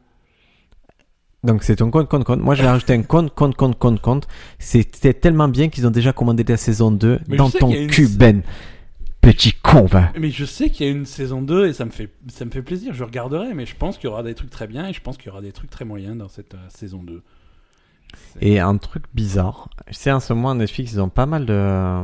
[SPEAKER 1] donc c'est ton contre-contre-contre. Moi, je vais rajouter un contre-contre-contre-contre-contre. C'était tellement bien qu'ils ont déjà commandé la saison 2
[SPEAKER 2] Mais je
[SPEAKER 1] dans
[SPEAKER 2] sais
[SPEAKER 1] ton
[SPEAKER 2] qu'il y a une-
[SPEAKER 1] cul, Ben. Petit con, va.
[SPEAKER 2] Mais je sais qu'il y a une saison 2 et ça me fait, ça me fait plaisir. Je regarderai, mais je pense qu'il y aura des trucs très bien et je pense qu'il y aura des trucs très moyens dans cette euh, saison 2.
[SPEAKER 1] Et un truc bizarre, c'est en ce moment Netflix, ils ont pas mal de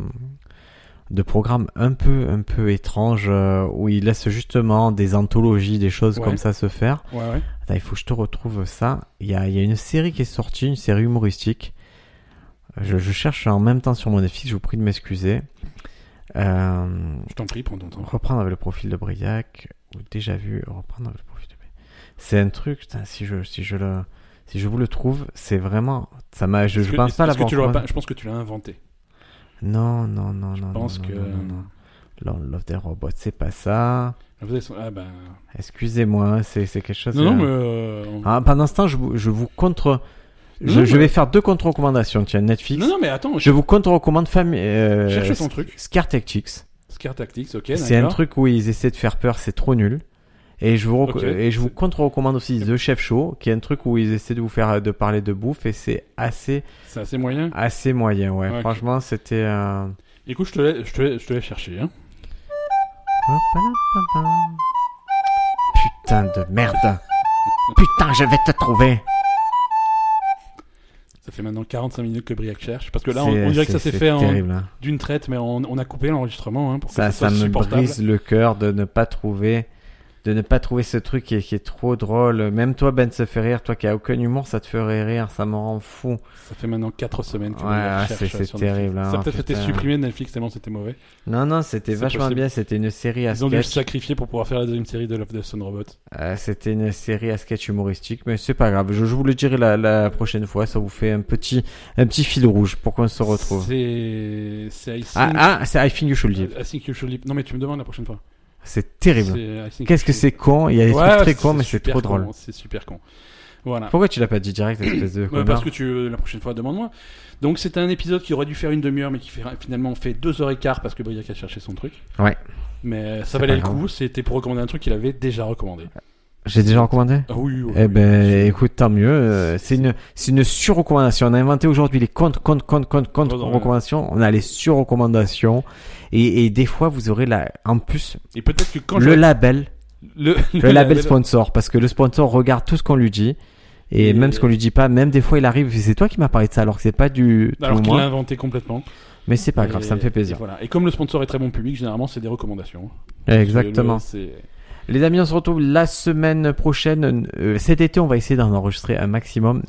[SPEAKER 1] de programmes un peu un peu étranges euh, où ils laissent justement des anthologies, des choses
[SPEAKER 2] Ouais.
[SPEAKER 1] comme ça se faire.
[SPEAKER 2] Ouais, ouais.
[SPEAKER 1] Attends, il faut que je te retrouve ça. Il y a, il y a une série qui est sortie, une série humoristique. Je, je cherche en même temps sur mon Netflix, je vous prie de m'excuser. Euh,
[SPEAKER 2] Je t'en prie, prends ton temps.
[SPEAKER 1] reprendre avec le profil de Briac, ou déjà vu, reprendre avec le profil de Briac. C'est un truc, putain, si je, si je le, si je vous le trouve, c'est vraiment, ça m'a, je,
[SPEAKER 2] Est-ce
[SPEAKER 1] je
[SPEAKER 2] que-
[SPEAKER 1] pense pas
[SPEAKER 2] est-ce que
[SPEAKER 1] l'avoir.
[SPEAKER 2] tu l'auras
[SPEAKER 1] trouvé.
[SPEAKER 2] pas- Je pense que tu l'as inventé.
[SPEAKER 1] Non, non, non,
[SPEAKER 2] Je
[SPEAKER 1] non.
[SPEAKER 2] pense
[SPEAKER 1] non,
[SPEAKER 2] que.
[SPEAKER 1] Non, non, non. Lord Love the Robot, c'est pas ça.
[SPEAKER 2] Vous avez son- Ah ben.
[SPEAKER 1] Excusez-moi, c'est, c'est quelque chose.
[SPEAKER 2] Non,
[SPEAKER 1] euh,
[SPEAKER 2] non, mais. euh, on-
[SPEAKER 1] Ah, pendant ce temps, je vous, je vous contre.
[SPEAKER 2] Non,
[SPEAKER 1] je,
[SPEAKER 2] non,
[SPEAKER 1] je
[SPEAKER 2] mais-
[SPEAKER 1] vais faire deux contre-recommandations, tiens, Netflix.
[SPEAKER 2] Non, non, mais attends,
[SPEAKER 1] Je vous contre-recommande famille. Euh,
[SPEAKER 2] cherche ton truc.
[SPEAKER 1] Scar Tactics.
[SPEAKER 2] Scar Tactics, ok,
[SPEAKER 1] c'est un
[SPEAKER 2] d'accord.
[SPEAKER 1] truc où ils essaient de faire peur, c'est trop nul. Et je vous, reco-
[SPEAKER 2] Ok.
[SPEAKER 1] et je vous
[SPEAKER 2] C'est-
[SPEAKER 1] contre-recommande aussi The Chef Show, qui est un truc où ils essaient de vous faire de parler de bouffe et c'est assez,
[SPEAKER 2] C'est assez moyen.
[SPEAKER 1] assez moyen, ouais.
[SPEAKER 2] Ok.
[SPEAKER 1] Franchement, c'était. euh,
[SPEAKER 2] Écoute, je te laisse, je te laisse- je te laisse chercher. Hein.
[SPEAKER 1] Putain de merde. Putain, je vais te trouver.
[SPEAKER 2] Ça fait maintenant 45 minutes que Briac cherche. Parce que là, on,
[SPEAKER 1] C'est-
[SPEAKER 2] on dirait que ça
[SPEAKER 1] c'est-
[SPEAKER 2] s'est
[SPEAKER 1] c'est
[SPEAKER 2] fait en-
[SPEAKER 1] terrible, hein.
[SPEAKER 2] d'une traite, mais on, on a coupé l'enregistrement hein, pour que
[SPEAKER 1] ça,
[SPEAKER 2] ça,
[SPEAKER 1] ça
[SPEAKER 2] soit
[SPEAKER 1] me
[SPEAKER 2] supportable.
[SPEAKER 1] brise le cœur de ne pas trouver de ne pas trouver ce truc qui est, qui est trop drôle. Même toi, Ben, se fait rire. Toi qui as aucun humour, ça te ferait rire. Ça me rend fou.
[SPEAKER 2] Ça fait maintenant 4 semaines que
[SPEAKER 1] Ouais,
[SPEAKER 2] Briac
[SPEAKER 1] ouais,
[SPEAKER 2] cherche.
[SPEAKER 1] c'est- c'est
[SPEAKER 2] sur Netflix.
[SPEAKER 1] terrible, hein,
[SPEAKER 2] ça a peut-être été
[SPEAKER 1] putain.
[SPEAKER 2] supprimé de Netflix tellement c'était mauvais.
[SPEAKER 1] Non, non, c'était
[SPEAKER 2] C'est
[SPEAKER 1] vachement
[SPEAKER 2] possible.
[SPEAKER 1] bien. C'était une série à
[SPEAKER 2] Ils ont dû se
[SPEAKER 1] sketch.
[SPEAKER 2] sacrifier pour pouvoir faire la deuxième série de Love, Death and Robot.
[SPEAKER 1] Euh, c'était une série à sketch humoristique, mais c'est pas grave. Je, je vous le dirai la, la prochaine fois. Ça vous fait un petit, un petit fil rouge pour qu'on se retrouve.
[SPEAKER 2] C'est... C'est I think...
[SPEAKER 1] Ah, ah, c'est I Think You Should Live.
[SPEAKER 2] I think you should leave. Non, mais tu me demandes la prochaine fois.
[SPEAKER 1] C'est terrible.
[SPEAKER 2] C'est I think you
[SPEAKER 1] Qu'est-ce que
[SPEAKER 2] should-
[SPEAKER 1] c'est con Il y a des
[SPEAKER 2] Ouais,
[SPEAKER 1] trucs très cons, mais c'est
[SPEAKER 2] super
[SPEAKER 1] trop drôle.
[SPEAKER 2] con, C'est super con. Voilà.
[SPEAKER 1] Pourquoi tu l'as pas dit direct, espèce de
[SPEAKER 2] Ouais,
[SPEAKER 1] connard
[SPEAKER 2] parce que tu, la prochaine fois, demande-moi. Donc, c'était un épisode qui aurait dû faire une demi-heure, mais qui fait, finalement fait deux heures et quart parce que Briac a cherché son truc.
[SPEAKER 1] Ouais.
[SPEAKER 2] Mais
[SPEAKER 1] C'est
[SPEAKER 2] ça valait
[SPEAKER 1] pas
[SPEAKER 2] le
[SPEAKER 1] grave.
[SPEAKER 2] coup. C'était pour recommander un truc qu'il avait déjà recommandé.
[SPEAKER 1] J'ai déjà recommandé
[SPEAKER 2] Ah oui, oui,
[SPEAKER 1] Eh
[SPEAKER 2] oui.
[SPEAKER 1] ben, écoute, tant mieux. euh, C'est une, c'est une sur-recommandation. On a inventé aujourd'hui les comptes, comptes, comptes, comptes, comptes,
[SPEAKER 2] Pardon,
[SPEAKER 1] recommandations. On a les sur-recommandations. Et, et des fois, vous aurez la, en plus,
[SPEAKER 2] Et peut-être que quand
[SPEAKER 1] le
[SPEAKER 2] j'aurai- <laughs>
[SPEAKER 1] label,
[SPEAKER 2] le,
[SPEAKER 1] le label sponsor. Parce que le sponsor regarde tout ce qu'on lui dit. Et,
[SPEAKER 2] Et-
[SPEAKER 1] même ce qu'on lui dit pas, même des fois, il arrive, c'est toi qui m'as parlé de ça, alors que c'est pas du tout
[SPEAKER 2] Alors qu'il l'a
[SPEAKER 1] moi.
[SPEAKER 2] inventé complètement.
[SPEAKER 1] Mais c'est pas grave,
[SPEAKER 2] Et-
[SPEAKER 1] ça me fait
[SPEAKER 2] Et,
[SPEAKER 1] plaisir.
[SPEAKER 2] voilà. et comme le sponsor est très bon public, généralement, c'est des recommandations.
[SPEAKER 1] Exactement.
[SPEAKER 2] C'est le- c'est-
[SPEAKER 1] Les amis, on se retrouve la semaine prochaine. Euh, cet été, on va essayer d'en enregistrer un maximum.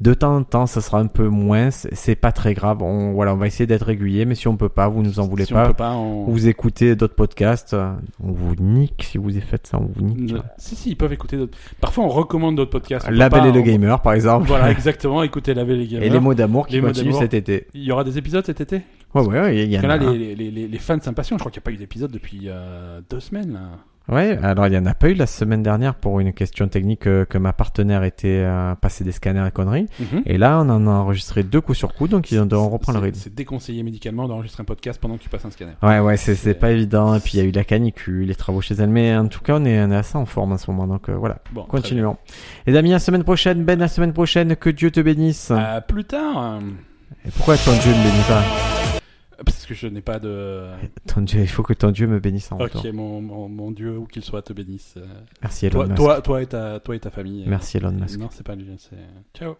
[SPEAKER 1] De temps en temps, ça sera un peu moins. C'est c'est pas très grave. On, voilà, on va essayer d'être régulier, mais si on peut pas, vous nous en voulez
[SPEAKER 2] si on
[SPEAKER 1] pas.
[SPEAKER 2] peut pas, on-
[SPEAKER 1] Vous écoutez d'autres podcasts, euh, on vous nique. Si vous y faites ça, on vous nique. Euh,
[SPEAKER 2] Ne- Si, si, ils peuvent écouter d'autres. Parfois, on recommande d'autres podcasts. On peut
[SPEAKER 1] Label
[SPEAKER 2] pas,
[SPEAKER 1] et le
[SPEAKER 2] on-
[SPEAKER 1] gamer, par exemple. <laughs>
[SPEAKER 2] <laughs> Voilà, exactement. Écoutez Label et Gamer.
[SPEAKER 1] Et les mots d'amour qui
[SPEAKER 2] Les mots
[SPEAKER 1] continuent
[SPEAKER 2] d'amour.
[SPEAKER 1] cet été.
[SPEAKER 2] Il y aura des épisodes cet été
[SPEAKER 1] Ouais, ouais, ouais, il y en
[SPEAKER 2] Parce que
[SPEAKER 1] a.
[SPEAKER 2] là,
[SPEAKER 1] un.
[SPEAKER 2] les, les- les- les fans s'impatientent. Je crois qu'il n'y a pas eu d'épisode depuis euh, deux semaines. Là.
[SPEAKER 1] Ouais, alors il y en a pas eu la semaine dernière pour une question technique euh, que ma partenaire était euh, passée des scanners et conneries. Et là, on en a enregistré deux coups sur coup, donc ils devront reprendre le
[SPEAKER 2] Mhm. C'est-
[SPEAKER 1] rythme.
[SPEAKER 2] C'est déconseillé médicalement d'enregistrer un podcast pendant que tu passes un scanner.
[SPEAKER 1] Ouais, ouais, c'est, c'est
[SPEAKER 2] C'est-
[SPEAKER 1] pas évident. Et puis il y a eu la canicule, les travaux chez elle. Mais en tout cas, on est, on est assez en forme en ce moment. Donc euh, voilà,
[SPEAKER 2] Bon, très
[SPEAKER 1] continuons. Les amis, à la semaine prochaine. Ben, à la semaine prochaine. Que Dieu te bénisse.
[SPEAKER 2] bien. À plus tard. euh,
[SPEAKER 1] Et pourquoi ton Dieu ne bénit pas
[SPEAKER 2] Parce que je n'ai pas de.
[SPEAKER 1] ton Dieu, Il faut que ton Dieu me bénisse en
[SPEAKER 2] Ok,
[SPEAKER 1] retour.
[SPEAKER 2] mon, mon, mon Dieu, où qu'il soit, te bénisse. Euh,
[SPEAKER 1] Merci Elon
[SPEAKER 2] Toi,
[SPEAKER 1] Musk.
[SPEAKER 2] toi, toi, et ta, toi et ta famille.
[SPEAKER 1] Merci Elon Musk.
[SPEAKER 2] Non, c'est pas lui. c'est- Ciao.